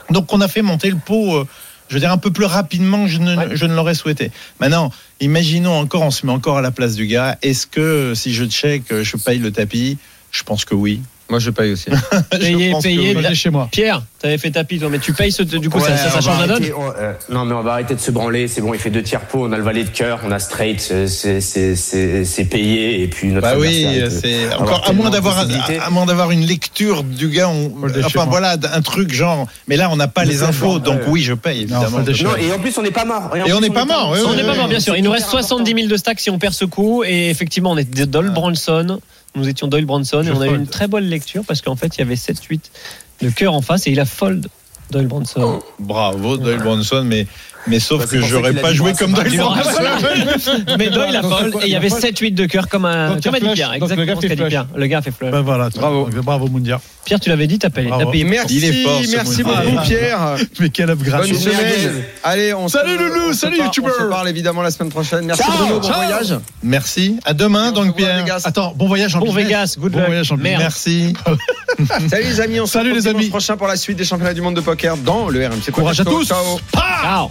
S3: Donc on a fait monter le pot. euh, je veux dire un peu plus rapidement que je ne, je ne l'aurais souhaité. Maintenant, imaginons encore, on se met encore à la place du gars. Est-ce que si je check, euh, je paye le tapis Je pense que oui. [laughs]
S1: Moi, je paye aussi.
S9: Payé,
S3: pense que
S9: payé.
S3: oui.
S2: Folder chez moi.
S9: Pierre, t'avais fait tapis toi, mais tu payes ce, du coup
S4: Ouais,
S9: ça, ça- ça
S4: on va
S9: change la donne.
S4: arrêter, on- euh, non, mais on va arrêter de se branler. C'est bon, il fait deux tiers pot. On a le valet de cœur, on a straight. euh, c'est- C'est c'est- c'est payé. Et puis notre.
S3: Bah oui,
S4: adversaire, il peut
S3: c'est
S4: avoir
S3: encore à
S4: tellement
S3: moins
S4: de
S3: d'avoir un-
S4: possibilités.
S3: à moins d'avoir une lecture du gars. on-
S2: Folder chez
S3: enfin
S2: moi.
S3: voilà, un truc genre. Mais là, on n'a pas
S4: Mais
S3: les
S4: c'est
S3: infos,
S4: genre,
S3: donc
S4: ouais.
S3: oui, je paye
S2: Non,
S3: évidemment.
S2: folder chez
S4: Non,
S2: moi.
S4: et en plus, on n'est pas mort. en
S3: Et on
S4: plus,
S3: n'est pas mort, oui,
S9: On
S3: oui,
S9: n'est pas
S3: oui.
S9: mort, bien sûr. Il nous reste 70 000 de stack si on perd ce coup. Et effectivement, on était Doyle Branson. Nous étions Doyle Branson et
S2: Je
S9: on a eu
S2: fold.
S9: une très bonne lecture parce qu'en fait, il y avait 7-8 de cœur en face et il a fold Doyle Bronson.
S3: Bravo Doyle Bronson, mais, mais
S1: Bah,
S3: sauf que j'aurais pas joué comme Doyle Bronson. [laughs]
S9: Mais Doyle a folle et il y avait 7-8 de cœur comme un
S2: Donc,
S9: comme
S2: il
S9: Adi Pierre,
S2: flush. Donc, le gars
S9: exactement ce
S2: fait
S9: qu'a dit
S2: flush.
S9: Pierre. Le gars a fait flush.
S2: Ben voilà,
S1: Bravo.
S3: euh,
S2: bravo. Bravo Mundia.
S9: Pierre, tu l'avais dit, t'as payé.
S2: Bravo.
S9: t'as payé.
S1: Merci,
S3: Il est fort, ce
S1: merci
S3: Mounier.
S1: beaucoup Pierre.
S2: Mais quelle upgrade.
S1: Bonne semaine. Allez, on
S2: Salut,
S1: se,
S2: Loulou,
S1: on se
S2: salut,
S1: parle-
S2: youtubeur.
S1: On se parle évidemment la semaine prochaine. Merci
S12: Ciao,
S1: Bruno, bon
S2: ciao.
S1: voyage.
S3: Merci. À demain,
S1: Et on se
S3: donc,
S1: voit à
S3: Pierre.
S1: Vegas.
S2: Attends, bon voyage en
S9: Bon
S2: business.
S9: Vegas, good
S2: Bon
S9: luck.
S2: voyage en business.
S9: Merde.
S3: Merci.
S1: Salut les amis, on se
S2: Salut,
S1: retrouve
S2: les
S1: dimanche
S2: amis.
S1: prochain pour la suite des championnats du monde de poker dans le RMC.
S2: Courage à
S1: Poker Show.
S2: tous.
S1: Ciao.
S9: Ciao.